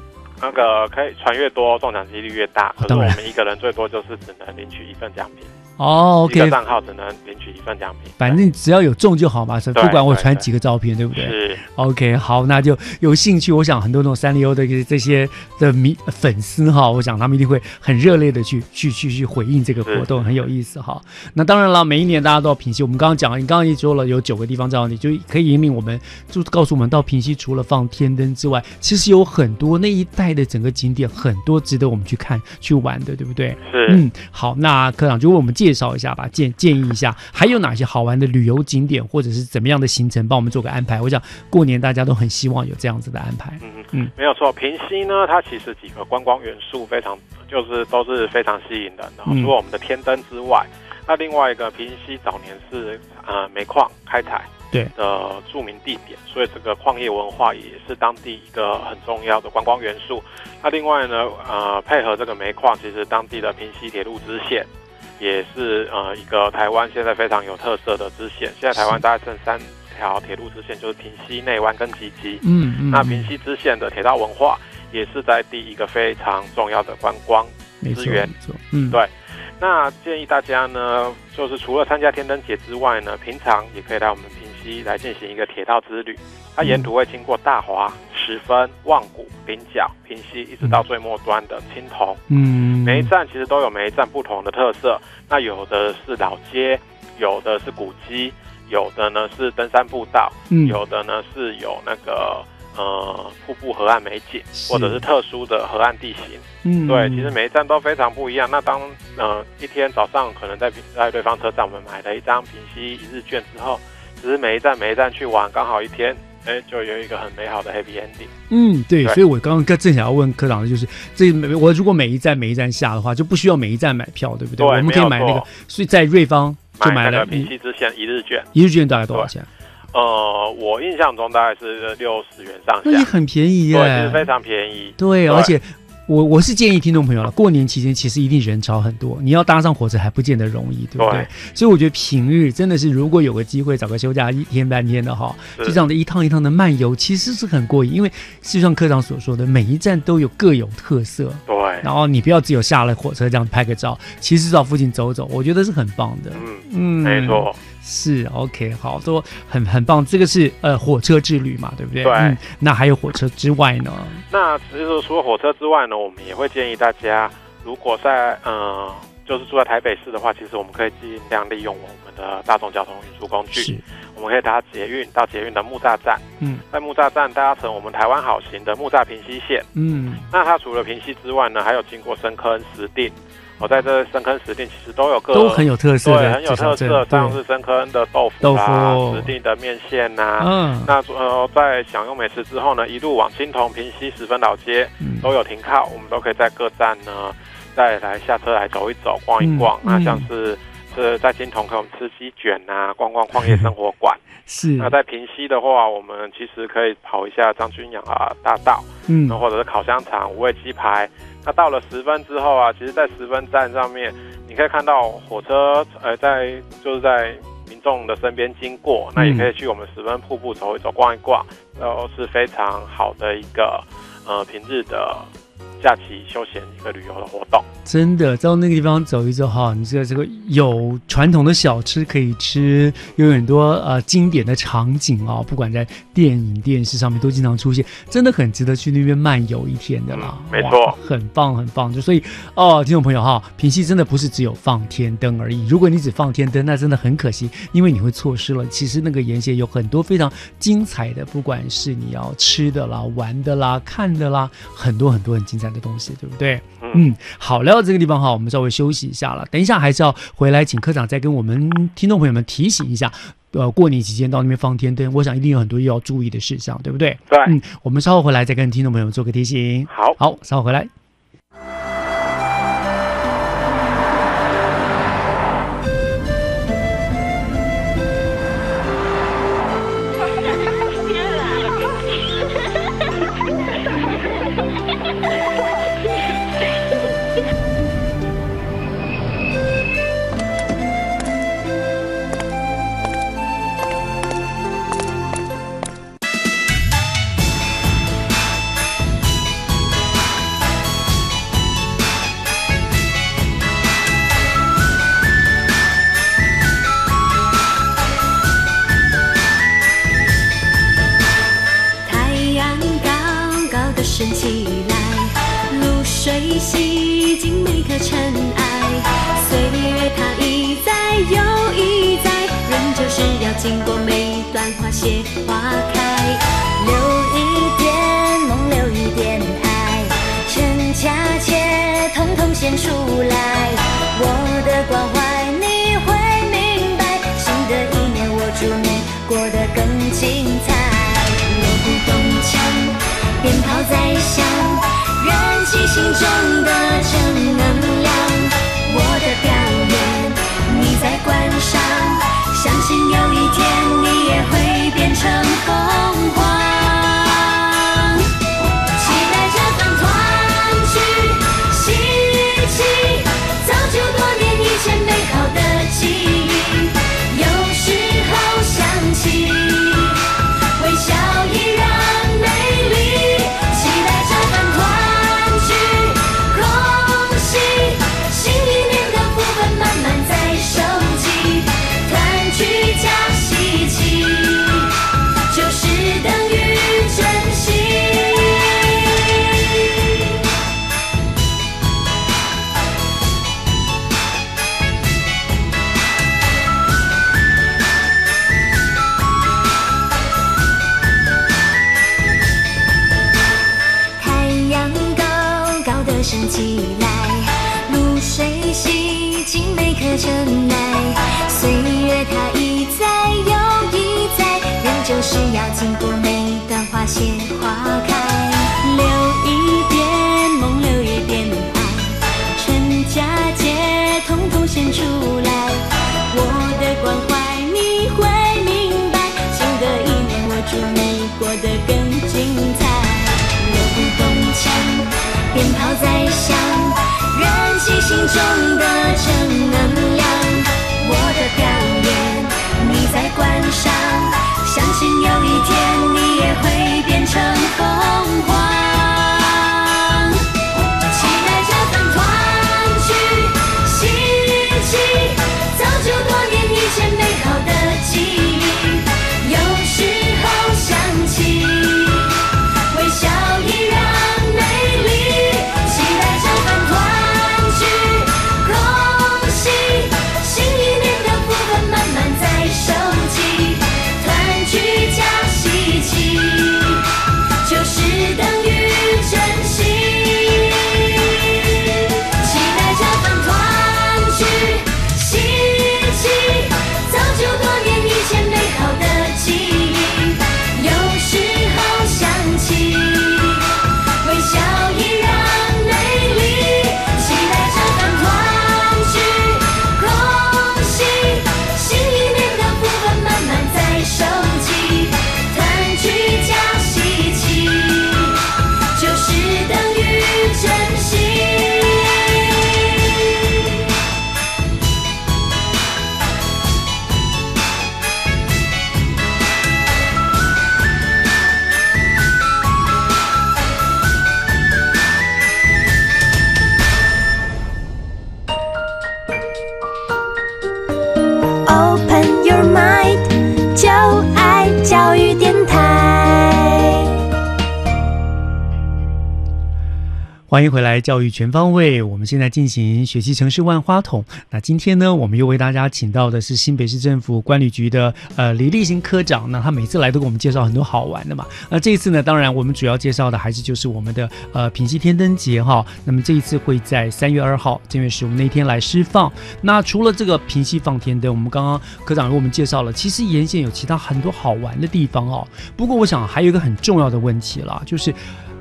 S15: 那个可以传越多，中奖几率越大。可是
S3: 当
S15: 我
S3: 然
S15: 们一个人最多就是只能领取一份奖品，
S3: 哦
S15: 一个
S3: ，OK，
S15: 账号只能领取一份奖品。
S3: 反正只要有中就好嘛，是
S15: 对
S3: 不管我
S15: 对
S3: 传
S15: 对
S3: 几个照片，对不对？
S15: 是
S3: OK，好，那就有兴趣，我想很多那种三丽鸥的这这些的迷粉丝哈，我想他们一定会很热烈的去去去去回应这个活动，很有意思哈。那当然了，每一年大家都要平息，我们刚刚讲，你刚刚也说了有九个地方这样，你就可以引领我们，就告诉我们到平息除了放天灯之外，其实有很多那一带的整个景点很多值得我们去看去玩的，对不对？
S15: 是
S3: 嗯，好，那科长就为我们介绍一下吧，建建议一下，还有哪些好玩的旅游景点，或者是怎么样的行程，帮我们做个安排。我想过年大家都很希望有这样子的安排。
S15: 嗯
S3: 嗯
S15: 没有错，平溪呢，它其实几个观光元素非常，就是都是非常吸引人的。
S3: 嗯
S15: 除了我们的天灯之外，那另外一个平溪早年是呃煤矿开采
S3: 对
S15: 的著名地点，所以这个矿业文化也是当地一个很重要的观光元素。那另外呢，呃，配合这个煤矿，其实当地的平溪铁路支线。也是呃一个台湾现在非常有特色的支线，现在台湾
S3: 是
S15: 大概剩三条铁路支线，就是平溪、内湾跟集集。
S3: 嗯嗯
S15: 那平西支线的铁道文化也是在地一个非常重要的观光
S3: 没错
S15: 资源
S3: 没。错，嗯，
S15: 对，那建议大家呢，就是除了参加天灯节之外呢，平常也可以来我们平溪来进行一个铁道之旅。它沿途会经过大华、十分、望谷、菱角、平溪，一直到最末端的青铜。
S3: 嗯，
S15: 每一站其实都有每一站不同的特色，那有的是老街，有的是古迹，有的呢是登山步道，
S3: 嗯
S15: 有的呢是有那个呃瀑布河岸美景，
S3: 是
S15: 或者是特殊的河岸地形。
S3: 嗯
S15: 对，其实每一站都非常不一样。那当呃一天早上可能在平在对方车站，我们买了一张平息一日券之后，只是每一站每一站去玩，刚好一天，哎，就有一个很美好的 happy ending。
S3: 嗯，对，
S15: 对
S3: 所以我刚刚正想要问科长的就是，这每我如果每一站每一站下的话，就不需要每一站买票，对不对？
S15: 对
S3: 我们可以买那
S15: 没有
S3: 个
S15: 错，
S3: 所以在瑞芳就买
S15: 那个
S3: 了
S15: 平
S3: 一
S15: 息之线一日券，
S3: 一日券，大概多少钱？
S15: 呃，我印象中大概是六十元上
S3: 那也
S15: 下，
S3: 很便宜
S15: 对，其实非
S3: 耶。
S15: 常便宜。
S3: 对，而且我我是建议听众朋友了，过年期间其实一定人潮很多，你要搭上火车还不见得容易，对不对？
S15: 对
S3: 所以我觉得平日真的是，如果有个机会找个休假一天半天的哈，
S15: 是
S3: 就这样的一趟一趟的漫游，其实是很过瘾，因为事实上科长所说的，每一站都有各有特色。
S15: 对，
S3: 然后你不要只有下了火车这样拍个照，其实到附近走走，我觉得是很棒的。
S15: 嗯没错，
S3: 是 OK，好，都很很棒。这个是呃火车之旅嘛，对不对？
S15: 对
S3: 嗯。那还有火车之外呢？
S15: 那其实除了火车之外呢，我们也会建议大家，如果在呃，就是住在台北市的话，其实我们可以尽量利用我们的大众交通运输工具，我们可以搭捷运到捷运的木栅站，
S3: 嗯
S15: 在木栅站搭乘我们台湾好行的木栅平溪线。
S3: 嗯，
S15: 那它除了平溪之外呢，还有经过深坑、石碇。我在这深坑、石碇其实都有各
S3: 都很有特色的
S15: 对，很有
S3: 这小
S15: 特
S3: 镇
S15: 色，
S3: 对
S15: 像是深坑的豆腐
S3: 豆
S15: 啦、
S3: 腐
S15: 石碇的面线呐、
S3: 嗯
S15: 那呃，在享用美食之后呢，一路往青铜、平溪、十分老街、
S3: 嗯
S15: 都有停靠，我们都可以在各站呢再来下车来走一走、逛一逛。
S3: 嗯嗯
S15: 那像是是在青铜可以我们吃鸡卷啊，逛逛矿业生活 馆。
S3: 是
S15: 那在平溪的话，我们其实可以跑一下张君阳啊大道，
S3: 嗯
S15: 那或者是烤香肠、五味鸡排。那到了十分之后啊，其实，在十分站上面，你可以看到火车，呃，在就是在民众的身边经过，那也
S3: 嗯
S15: 可以去我们十分瀑布走一走、逛一逛，然后是非常好的一个呃平日的假期休闲一个旅游的活动。
S3: 真的到那个地方走一走哈，你这个这个有传统的小吃可以吃，又有很多呃经典的场景哦，不管在电影、电视上面都经常出现，真的很值得去那边漫游一天的啦。
S15: 嗯没
S3: 哇
S15: 错
S3: 很棒很棒。就所以哦，听众朋友哈，平溪真的不是只有放天灯而已。如果你只放天灯，那真的很可惜，因为你会错失了。其实那个沿线有很多非常精彩的，不管是你要吃的啦、玩的啦、看的啦，很多很多很精彩的东西，对不对？嗯，好，聊到这个地方哈，我们稍微休息一下了。等一下还是要回来，请科长再跟我们听众朋友们提醒一下。呃，过年期间到那边放天灯，我想一定有很多要注意的事项，对不对？
S15: 对。
S3: 嗯，我们稍后回来再跟听众朋友们做个提醒。
S15: 好，
S3: 好，稍后回来。
S16: 太阳高高的升起来，露水洗净每颗尘埃，岁月它一载又一载，人就是要经过每一段花谢花开，留一点梦，留一点爱，真假且统统显出来，我的关怀你会明白，新的一年我祝你过得更精彩。锣鼓咚锵，鞭炮在响，燃起心中的正能量。我的表演你在观赏，相信有一天你也会变成凤凰。期待这份团聚，新日期，造就多年以前美好的记忆。有时候想起。微笑依然美丽，期待这
S3: 欢迎回来，教育全方位。我们现在进行学习城市万花筒。那今天呢，我们又为大家请到的是新北市政府管理局的呃李立行科长。那他每次来都给我们介绍很多好玩的嘛。那这一次呢，当然我们主要介绍的还是就是我们的呃平西天灯节哈。那么这一次会在三月二号正月十五那天来释放。那除了这个平西放天灯，我们刚刚科长为我们介绍了，其实沿线有其他很多好玩的地方哦。不过我想还有一个很重要的问题啦，就是。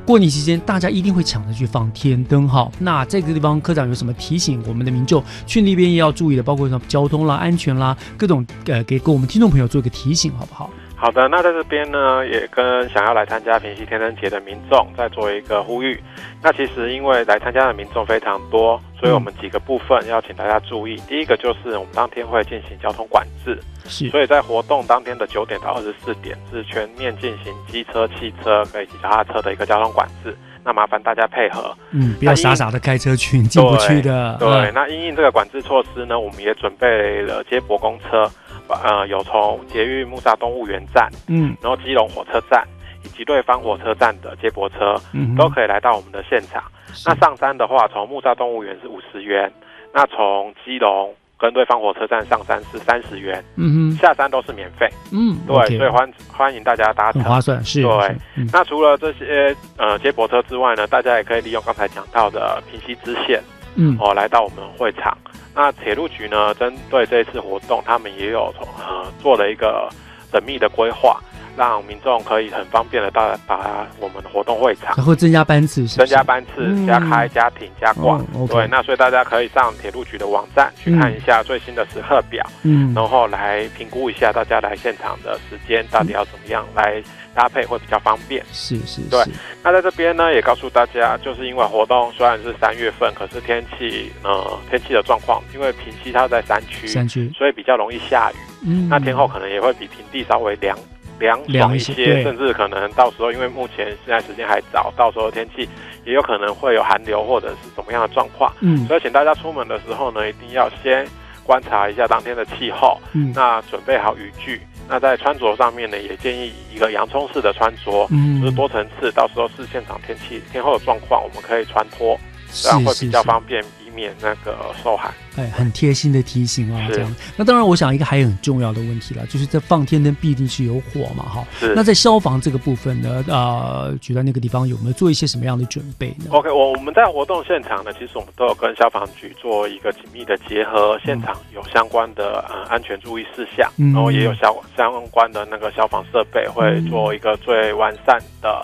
S3: 过年期间，大家一定会抢着去放天灯哈。那这个地方科长有什么提醒我们的民众去那边也要注意的，包括什么交通啦、安全啦，各种呃，给给我们听众朋友做一个提醒，好不好？
S15: 好的，那在这边呢，也跟想要来参加平西天灯节的民众再做一个呼吁。那其实因为来参加的民众非常多，所以我们几个部分要请大家注意。第一个就是我们当天会进行交通管制，
S3: 是
S15: 所以在活动当天的九点到二十四点是全面进行机车、汽车以及脚踏车的一个交通管制。那麻烦大家配合，
S3: 嗯，不要傻傻的开车去，你进不去的。
S15: 对，
S3: 嗯
S15: 那因应这个管制措施呢，我们也准备了接驳公车，呃，有从捷运木栅动物园站，
S3: 嗯
S15: 然后基隆火车站以及对方火车站的接驳车，
S3: 嗯哼
S15: 都可以来到我们的现场。那上山的话，从木栅动物园是五十元，那从基隆跟对方火车站上山是三十元，
S3: 嗯哼
S15: 下山都是免费。
S3: 嗯
S15: 对
S3: OK
S15: 所以欢欢迎大家搭乘，
S3: 很划算是
S15: 对
S3: 是、嗯
S15: 那除了这些呃接驳车之外呢，大家也可以利用刚才讲到的平西支线，
S3: 嗯
S15: 哦，来到我们会场。那铁路局呢，针对这次活动，他们也有呃做了一个缜密的规划，让民众可以很方便的到达我们的活动会场
S3: 然。后增加班次是不
S15: 增
S3: 是，
S15: 加班次、
S3: 嗯
S15: 加开、加停、加挂、
S3: 哦，OK
S15: 对，那所以大家可以上铁路局的网站去看一下最新的时刻表，
S3: 嗯
S15: 然后来评估一下大家来现场的时间到底要怎么样来搭配会比较方便。
S3: 是是
S15: 对，那在这边呢，也告诉大家，就是因为活动虽然是三月份，可是天气呃天气的状况，因为平西它在山区，
S3: 山区
S15: 所以比较容易下雨。
S3: 嗯
S15: 那天候可能也会比平地稍微凉凉
S3: 凉
S15: 爽
S3: 一
S15: 一
S3: 些
S15: 些，
S3: 对
S15: 甚至可能到时候因为目前现在时间还早，到时候天气也有可能会有寒流或者是怎么样的状况。
S3: 嗯
S15: 所以请大家出门的时候呢，一定要先观察一下当天的气候，
S3: 嗯
S15: 那准备好雨具。那在穿着上面呢，也建议一个洋葱式的穿着，
S3: 嗯
S15: 就是多层次，到时候是现场天气天候的状况，我们可以穿脱，
S3: 是
S15: 这样会
S3: 是
S15: 比较
S3: 是
S15: 方便，以免那个受寒。
S3: 哎，很贴心的提醒啊，
S15: 是
S3: 这样。那当然，我想一个还有很重要的问题了，就是这放天灯必定是有火嘛，哈。
S15: 是
S3: 那在消防这个部分呢，呃，举到那个地方有没有做一些什么样的准备呢？
S15: OK，我我们在活动现场呢，其实我们都有跟消防局做一个紧密的结合，现场有相关的呃安全注意事项，
S3: 嗯
S15: 然后也有相相关的那个消防设备会做一个最完善的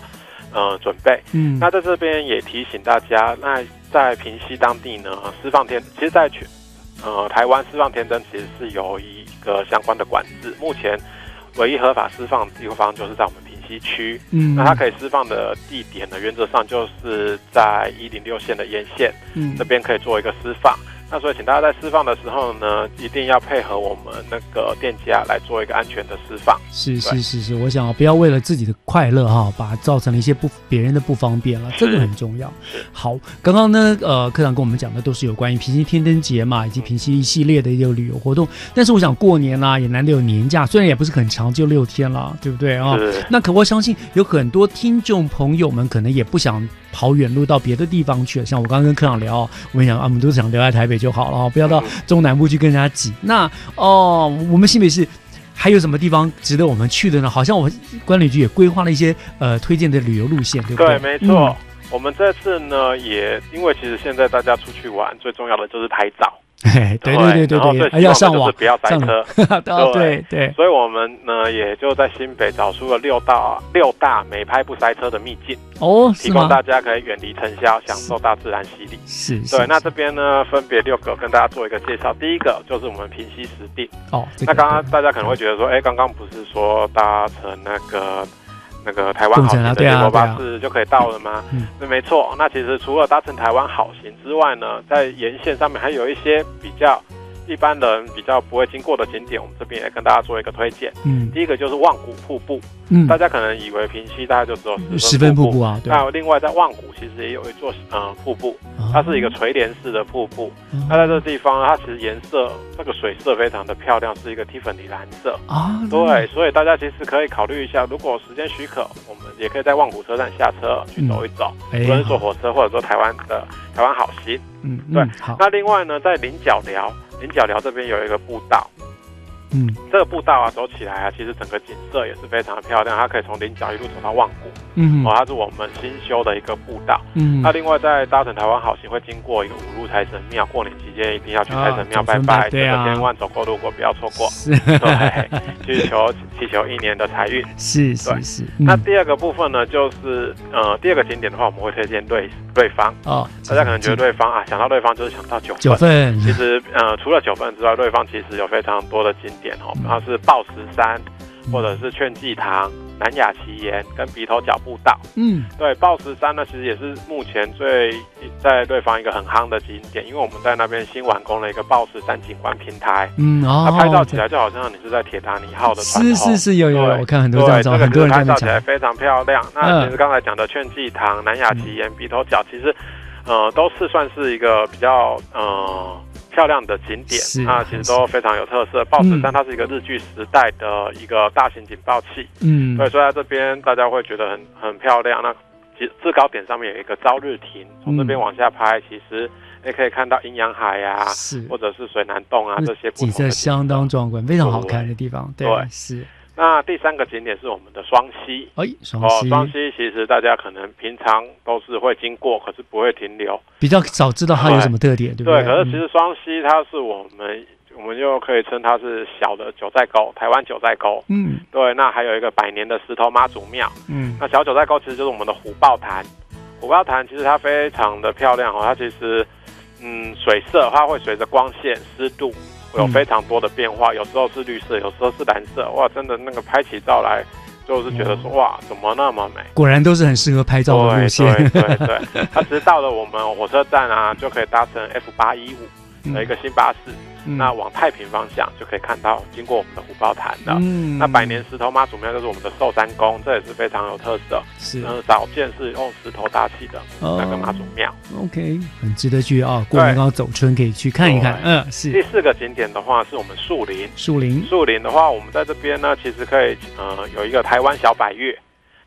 S15: 呃准备。
S3: 嗯
S15: 那在这边也提醒大家，那在平西当地呢，释放天，其实在全呃台湾释放天灯其实是有一个相关的管制，目前唯一合法释放的地方就是在我们平西区。
S3: 嗯
S15: 那它可以释放的地点呢，原则上就是在一零六线的沿线，
S3: 嗯
S15: 这边可以做一个释放。那所以，请大家在释放的时候呢，一定要配合我们那个店家来做一个安全的释放。
S3: 是是是是，我想啊不要为了自己的快乐哈、把造成了一些不别人的不方便了，这个很重要。好，刚刚呢，呃，科长跟我们讲的都是有关于平西天灯节嘛，以及平西一系列的一个旅游活动。但是我想过年啦、也难得有年假，虽然也不是很长，就六天啦，对不对啊、
S15: 是
S3: 那可我相信有很多听众朋友们可能也不想跑远路到别的地方去了，像我刚刚跟科长聊，我们想啊，我们都想留在台北就好了啊，不要到中南部去跟人家挤。那哦，我们新北市。还有什么地方值得我们去的呢？好像我管理局也规划了一些呃推荐的旅游路线，对不对？嗯
S15: 没错。我们这次呢，也因为其实现在大家出去玩，最重要的就是拍照。
S3: 嘿 对对对
S15: 然后
S3: 对
S15: 最
S3: 对，
S15: 希
S3: 要
S15: 望的
S3: 上
S15: 就
S3: 网
S15: 是不要塞
S3: 上。
S15: 车
S3: 哦 对对，
S15: 所以我们呢也就在新北找出了六大六大美拍不塞车的秘境，
S3: 哦，
S15: 提
S3: 是
S15: 供
S3: 吗？
S15: 大家可以远离尘嚣，享受大自然洗礼。
S3: 是是
S15: 对，那这边呢分别六个跟大家做一个介绍。第一个就是我们平息实地。
S3: 哦，这
S15: 那
S3: 个
S15: 刚刚大家可能会觉得说，哎，刚刚不是说搭乘那个那个台湾
S3: 共
S15: 好
S3: 乘
S15: 行
S3: 啊
S15: 的
S3: 对啊
S15: 接驳巴
S3: 对
S15: 士就可以到了吗？
S3: 嗯
S15: 那没错。那其实除了搭乘台湾好行之外呢，在沿线上面还有一些比较一般人比较不会经过的景点，我们这边也跟大家做一个推荐。
S3: 嗯
S15: 第一个就是望古瀑布，
S3: 嗯
S15: 大家可能以为平溪大概就只有
S3: 十
S15: 十
S3: 分
S15: 分
S3: 瀑
S15: 瀑
S3: 布啊对哦
S15: 那另外在望古其实也有一座呃瀑布，它是一个垂帘式的瀑布。
S3: 嗯
S15: 那在这地方呢，它其实颜色那个水色非常的漂亮，是一个 Tiffany 蓝色。
S3: 啊
S15: 对，所以大家其实可以考虑一下，如果时间许可，我们也可以在望古车站下车去走一走，
S3: 嗯哎
S15: 无论是坐火车或者说台湾的台湾好行。
S3: 嗯
S15: 对
S3: 嗯，好，
S15: 那另外呢，在菱角寮，菱角寮这边有一个步道，
S3: 嗯
S15: 这个步道啊走起来啊，其实整个景色也是非常的漂亮，它可以从菱角一路走到望古。
S3: 嗯
S15: 哦，它是我们新修的一个步道。
S3: 嗯
S15: 那另外在搭乘台湾好行会经过一个五路财神庙，过年期间一定要去财神
S3: 啊
S15: 庙
S3: 走
S15: 拜
S3: 神拜
S15: 拜，这
S3: 对
S15: 个
S3: 啊
S15: 千万走过路过不要错过。
S3: 是
S15: 对，去求祈求一年的财运。
S3: 是是
S15: 对
S3: 是嗯
S15: 那第二个部分呢，就是呃，第二个景点的话，我们会推荐瑞瑞芳。
S3: 哦
S15: 大家可能觉得瑞芳啊，想到瑞芳就是想到九份。
S3: 九份
S15: 其实呃，除了九份之外，瑞芳其实有非常多的景点哦，
S3: 嗯
S15: 它是抱石山，或者是劝济堂、南雅奇岩跟鼻头角步道。
S3: 嗯
S15: 对，抱石山呢，其实也是目前最在瑞芳一个很夯的景点，因为我们在那边新完工了一个抱石山景观平台，
S3: 嗯哦
S15: 它拍照起来就好像你是在铁达尼号的船
S3: 是
S15: 头
S3: 是是有有有，
S15: 对
S3: 我看很多照
S15: 对
S3: 照，
S15: 这个
S3: 很多人在
S15: 其实
S3: 那
S15: 拍照起来
S3: 讲，
S15: 非常漂亮。那
S3: 嗯
S15: 其实刚才讲的劝济堂、南雅奇岩、鼻头角，其实呃都是算是一个比较呃漂亮的景点
S3: 是，
S15: 那其实都非常有特色。报纸
S3: 嗯
S15: 山它是一个日据时代的一个大型警报器，
S3: 嗯
S15: 对，所以在这边大家会觉得很很漂亮。那其制高点上面有一个朝日亭，从这边
S3: 嗯
S15: 往下拍，其实你可以看到阴阳海呀、
S3: 是
S15: 或者是水南洞啊这些不
S3: 景
S15: 同
S3: 色
S15: 的
S3: 相当壮观，非常好看的地方，对
S15: 对
S3: 是
S15: 那第三个景点是我们的双溪。
S3: 哎双
S15: 哦
S3: 溪，
S15: 双溪其实大家可能平常都是会经过，可是不会停留。
S3: 比较少知道它有什么特点，对不对？
S15: 可是
S3: 嗯
S15: 其实双溪它是我们，我们又可以称它是小的九寨沟，台湾九寨沟。
S3: 嗯，
S15: 对，那还有一个百年的石头妈祖庙。
S3: 嗯
S15: 那小九寨沟其实就是我们的虎豹潭，虎豹潭其实它非常的漂亮哦，它其实嗯水色它会随着光线、湿度有
S3: 嗯
S15: 非常多的变化，有时候是绿色，有时候是蓝色，哇，真的那个拍起照来就是觉得说
S3: 哦
S15: 哇，怎么那么美？
S3: 果然都是很适合拍照的路线，
S15: 对对对对，它其实到了我们火车站啊，就可以搭乘 F 八一五的一个新巴士，
S3: 嗯
S15: 那往太平方向就可以看到经过我们的虎豹潭的。
S3: 嗯
S15: 那百年石头妈祖庙就是我们的寿山宫，这也是非常有特色，
S3: 是
S15: 嗯、少见是用石头搭起的
S3: 哦
S15: 那个妈祖庙。
S3: OK，很值得去啊，过年刚好走春可以去看一看，
S15: 对
S3: 嗯是
S15: 第四个景点的话是我们树林，
S3: 树林，
S15: 树林的话，我们在这边呢，其实可以呃有一个台湾小百越，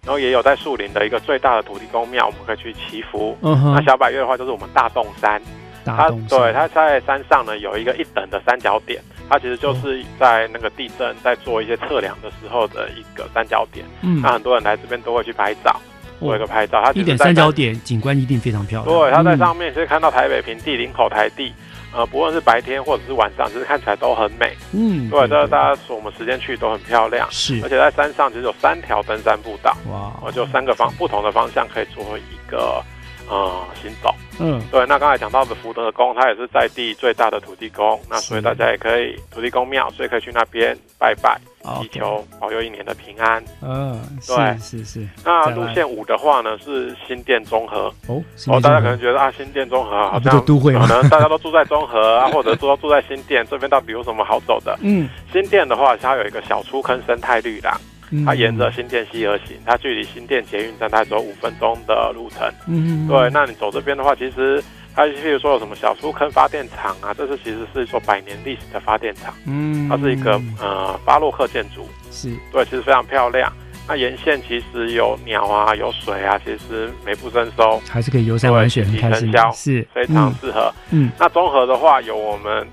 S15: 然后也有在树林的一个最大的土地公庙，我们可以去祈福。
S3: 嗯哼
S15: 那小百越的话，就是我们大洞山，
S3: 大洞
S15: 它对它在山上呢有一个一等的三角点，它其实就是在那个地震在做一些测量的时候的一个三角点。
S3: 嗯
S15: 那很多人来这边都会去拍照，做一个拍照。它其
S3: 一
S15: 实
S3: 点
S15: 在
S3: 三角
S15: 山
S3: 点景观一定非常漂亮，
S15: 对，它在
S3: 嗯
S15: 上面是看到台北平地、林口台地，呃，不论是白天或者是晚上，其实看起来都很美。
S3: 嗯
S15: 对，这大家说我们时间去都很漂亮。
S3: 是
S15: 而且在山上其实有三条登山步道，
S3: 哇，
S15: 我就三个方不同的方向可以做一个呃行走。
S3: 嗯
S15: 对，那刚才讲到的福德宫，它也是在地最大的土地公，那所以大家也可以土地公庙，所以可以去那边拜拜，祈求保佑一年的平安。
S3: 哦嗯
S15: 对
S3: 是是是，
S15: 那
S3: 再来
S15: 路线五的话呢，是新店综合。
S3: 哦新
S15: 哦，
S3: 店
S15: 大家
S3: 综合
S15: 可能觉得啊，新店综合好
S3: 不就
S15: 像
S3: 都会吗
S15: 可能大家都住在综合啊，或者说住在新店，这边到底有什么好走的？
S3: 嗯，
S15: 新店的话，它有一个小出坑生态绿廊
S3: 嗯，
S15: 它沿着新店溪而行，它距离新店捷运站大概只有五分钟的路程。
S3: 嗯
S15: 对，那你走这边的话，其实它譬如说有什么小出坑发电厂啊，这是其实是说百年历史的发电厂，
S3: 嗯
S15: 它是一个呃巴洛克建筑，
S3: 是
S15: 对，其实非常漂亮。那沿线其实有鸟啊，有水啊，其实美不胜收，
S3: 还是可以游山玩水，很开心
S15: 生肖，
S3: 是
S15: 非常适合。
S3: 嗯嗯
S15: 那综合的话，有我们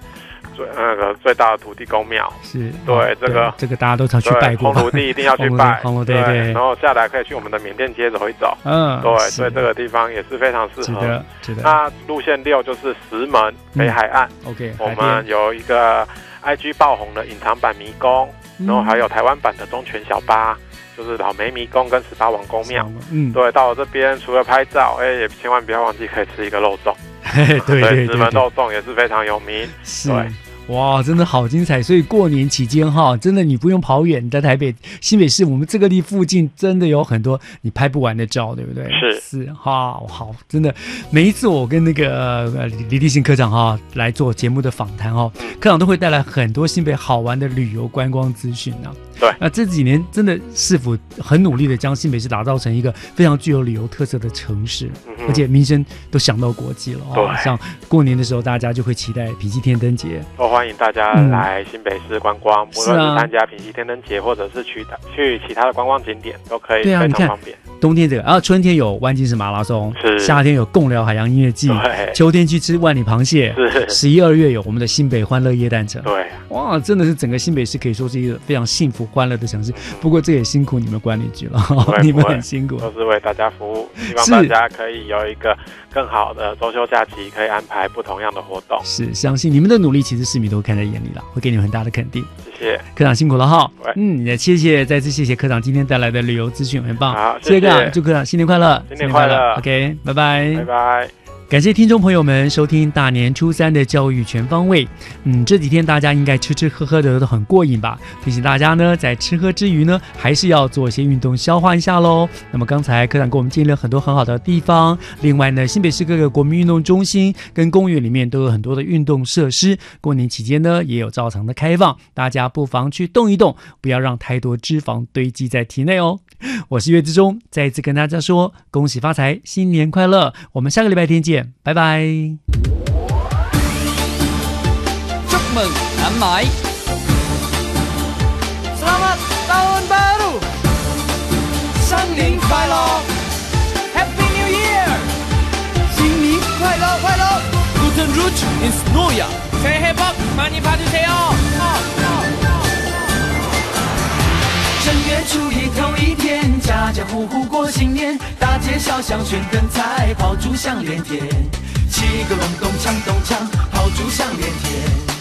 S15: 最那个最大的土地公庙，
S3: 是哦
S15: 对这个
S3: 这个大家都常去拜过吧，
S15: 红炉地 一定要去拜，
S3: 红炉地
S15: 对
S3: 对
S15: 然，后下来可以去我们的缅甸街走一走，
S3: 嗯
S15: 对，
S3: 是
S15: 所以这个地方也是非常适
S3: 值
S15: 合。
S3: 得值得
S15: 那路线六就是石门
S3: 嗯
S15: 北海岸、
S3: OK，
S15: 我
S3: 海边
S15: 们有一个 IG 爆红的隐藏版迷宫，
S3: 嗯
S15: 然后还有台湾版的忠犬小八，就是老梅迷宫跟十八王公庙。
S3: 嗯
S15: 对，到了这边除了拍照，哎、也千万不要忘记可以吃一个肉粽。
S3: 嘿对对对
S15: 石门
S3: 对
S15: 肉粽也是非常有名。
S3: 是
S15: 对。
S3: 哇，真的好精彩！所以过年期间哈，真的你不用跑远，你在台北新北市，我们这个地附近真的有很多你拍不完的照，对不对？
S15: 是
S3: 是哈，好，真的每一次我跟那个呃李李立信科长哈来做节目的访谈哈，
S15: 嗯
S3: 科长都会带来很多新北好玩的旅游观光资讯啊。
S15: 对，
S3: 那这几年真的市府很努力的将新北市打造成一个非常具有旅游特色的城市，
S15: 嗯哼
S3: 而且民生都想到国际了哦。
S15: 对
S3: 像过年的时候，大家就会期待平西天灯节。
S15: 都哦欢迎大家
S3: 嗯
S15: 来新北市观光，无
S3: 是
S15: 论
S3: 啊
S15: 是参加平西天灯节，或者是去的去其他的观光景点，都可以
S3: 对啊，
S15: 非
S3: 你
S15: 常
S3: 看
S15: 方便。，
S3: 冬天这个，然后啊春天有湾金石马拉松，
S15: 是
S3: 夏天有贡寮海洋音乐季，
S15: 对
S3: 秋天去吃万里螃蟹，
S15: 是
S3: 十一二月有我们的新北欢乐夜诞城，
S15: 对，
S3: 哇，真的是整个新北市可以说是一个非常幸福欢乐的城市。不过这也辛苦你们管理局了 哦
S15: 不会，
S3: 你们
S15: 不会
S3: 很辛苦。
S15: 都是为大家服务。希望
S3: 是
S15: 大家可以有一个更好的周休假期，可以安排不同样的活动。
S3: 是，相信你们的努力，其实市民都看在眼里了，会给你们很大的肯定。
S15: 谢谢，
S3: 科长辛苦了哈
S15: 喂，
S3: 嗯，也谢谢，再次谢谢科长今天带来的旅游资讯，很棒。
S15: 好
S3: 谢
S15: 谢谢
S3: 科长，祝科长新年快乐，
S15: 新年快乐
S3: ，OK，拜拜，
S15: 拜拜。
S3: 感谢听众朋友们收听大年初三的教育全方位。嗯，这几天大家应该吃吃喝喝的都很过瘾吧？提醒大家呢，在吃喝之余呢，还是要做一些运动，消化一下喽。那么刚才科长给我们建议了很多很好的地方，另外呢，新北市各个国民运动中心跟公园里面都有很多的运动设施，过年期间呢也有照常的开放，大家不妨去动一动，不要让太多脂肪堆积在体内哦。 我是岳志忠，再一次跟大家说恭喜发财，新年快乐！我们下个礼拜天见，拜拜。
S16: Chúc mừng năm mới. Selamat tahun baru. 新年快乐，Happy New Year！新年快乐快乐，Guten Rutsch ins neue Jahr！새해복많이받으세요！正月初一头一天，家家户户过新年，大街小巷喧灯彩，炮竹响连天，七个隆咚锵咚锵，炮竹响连天。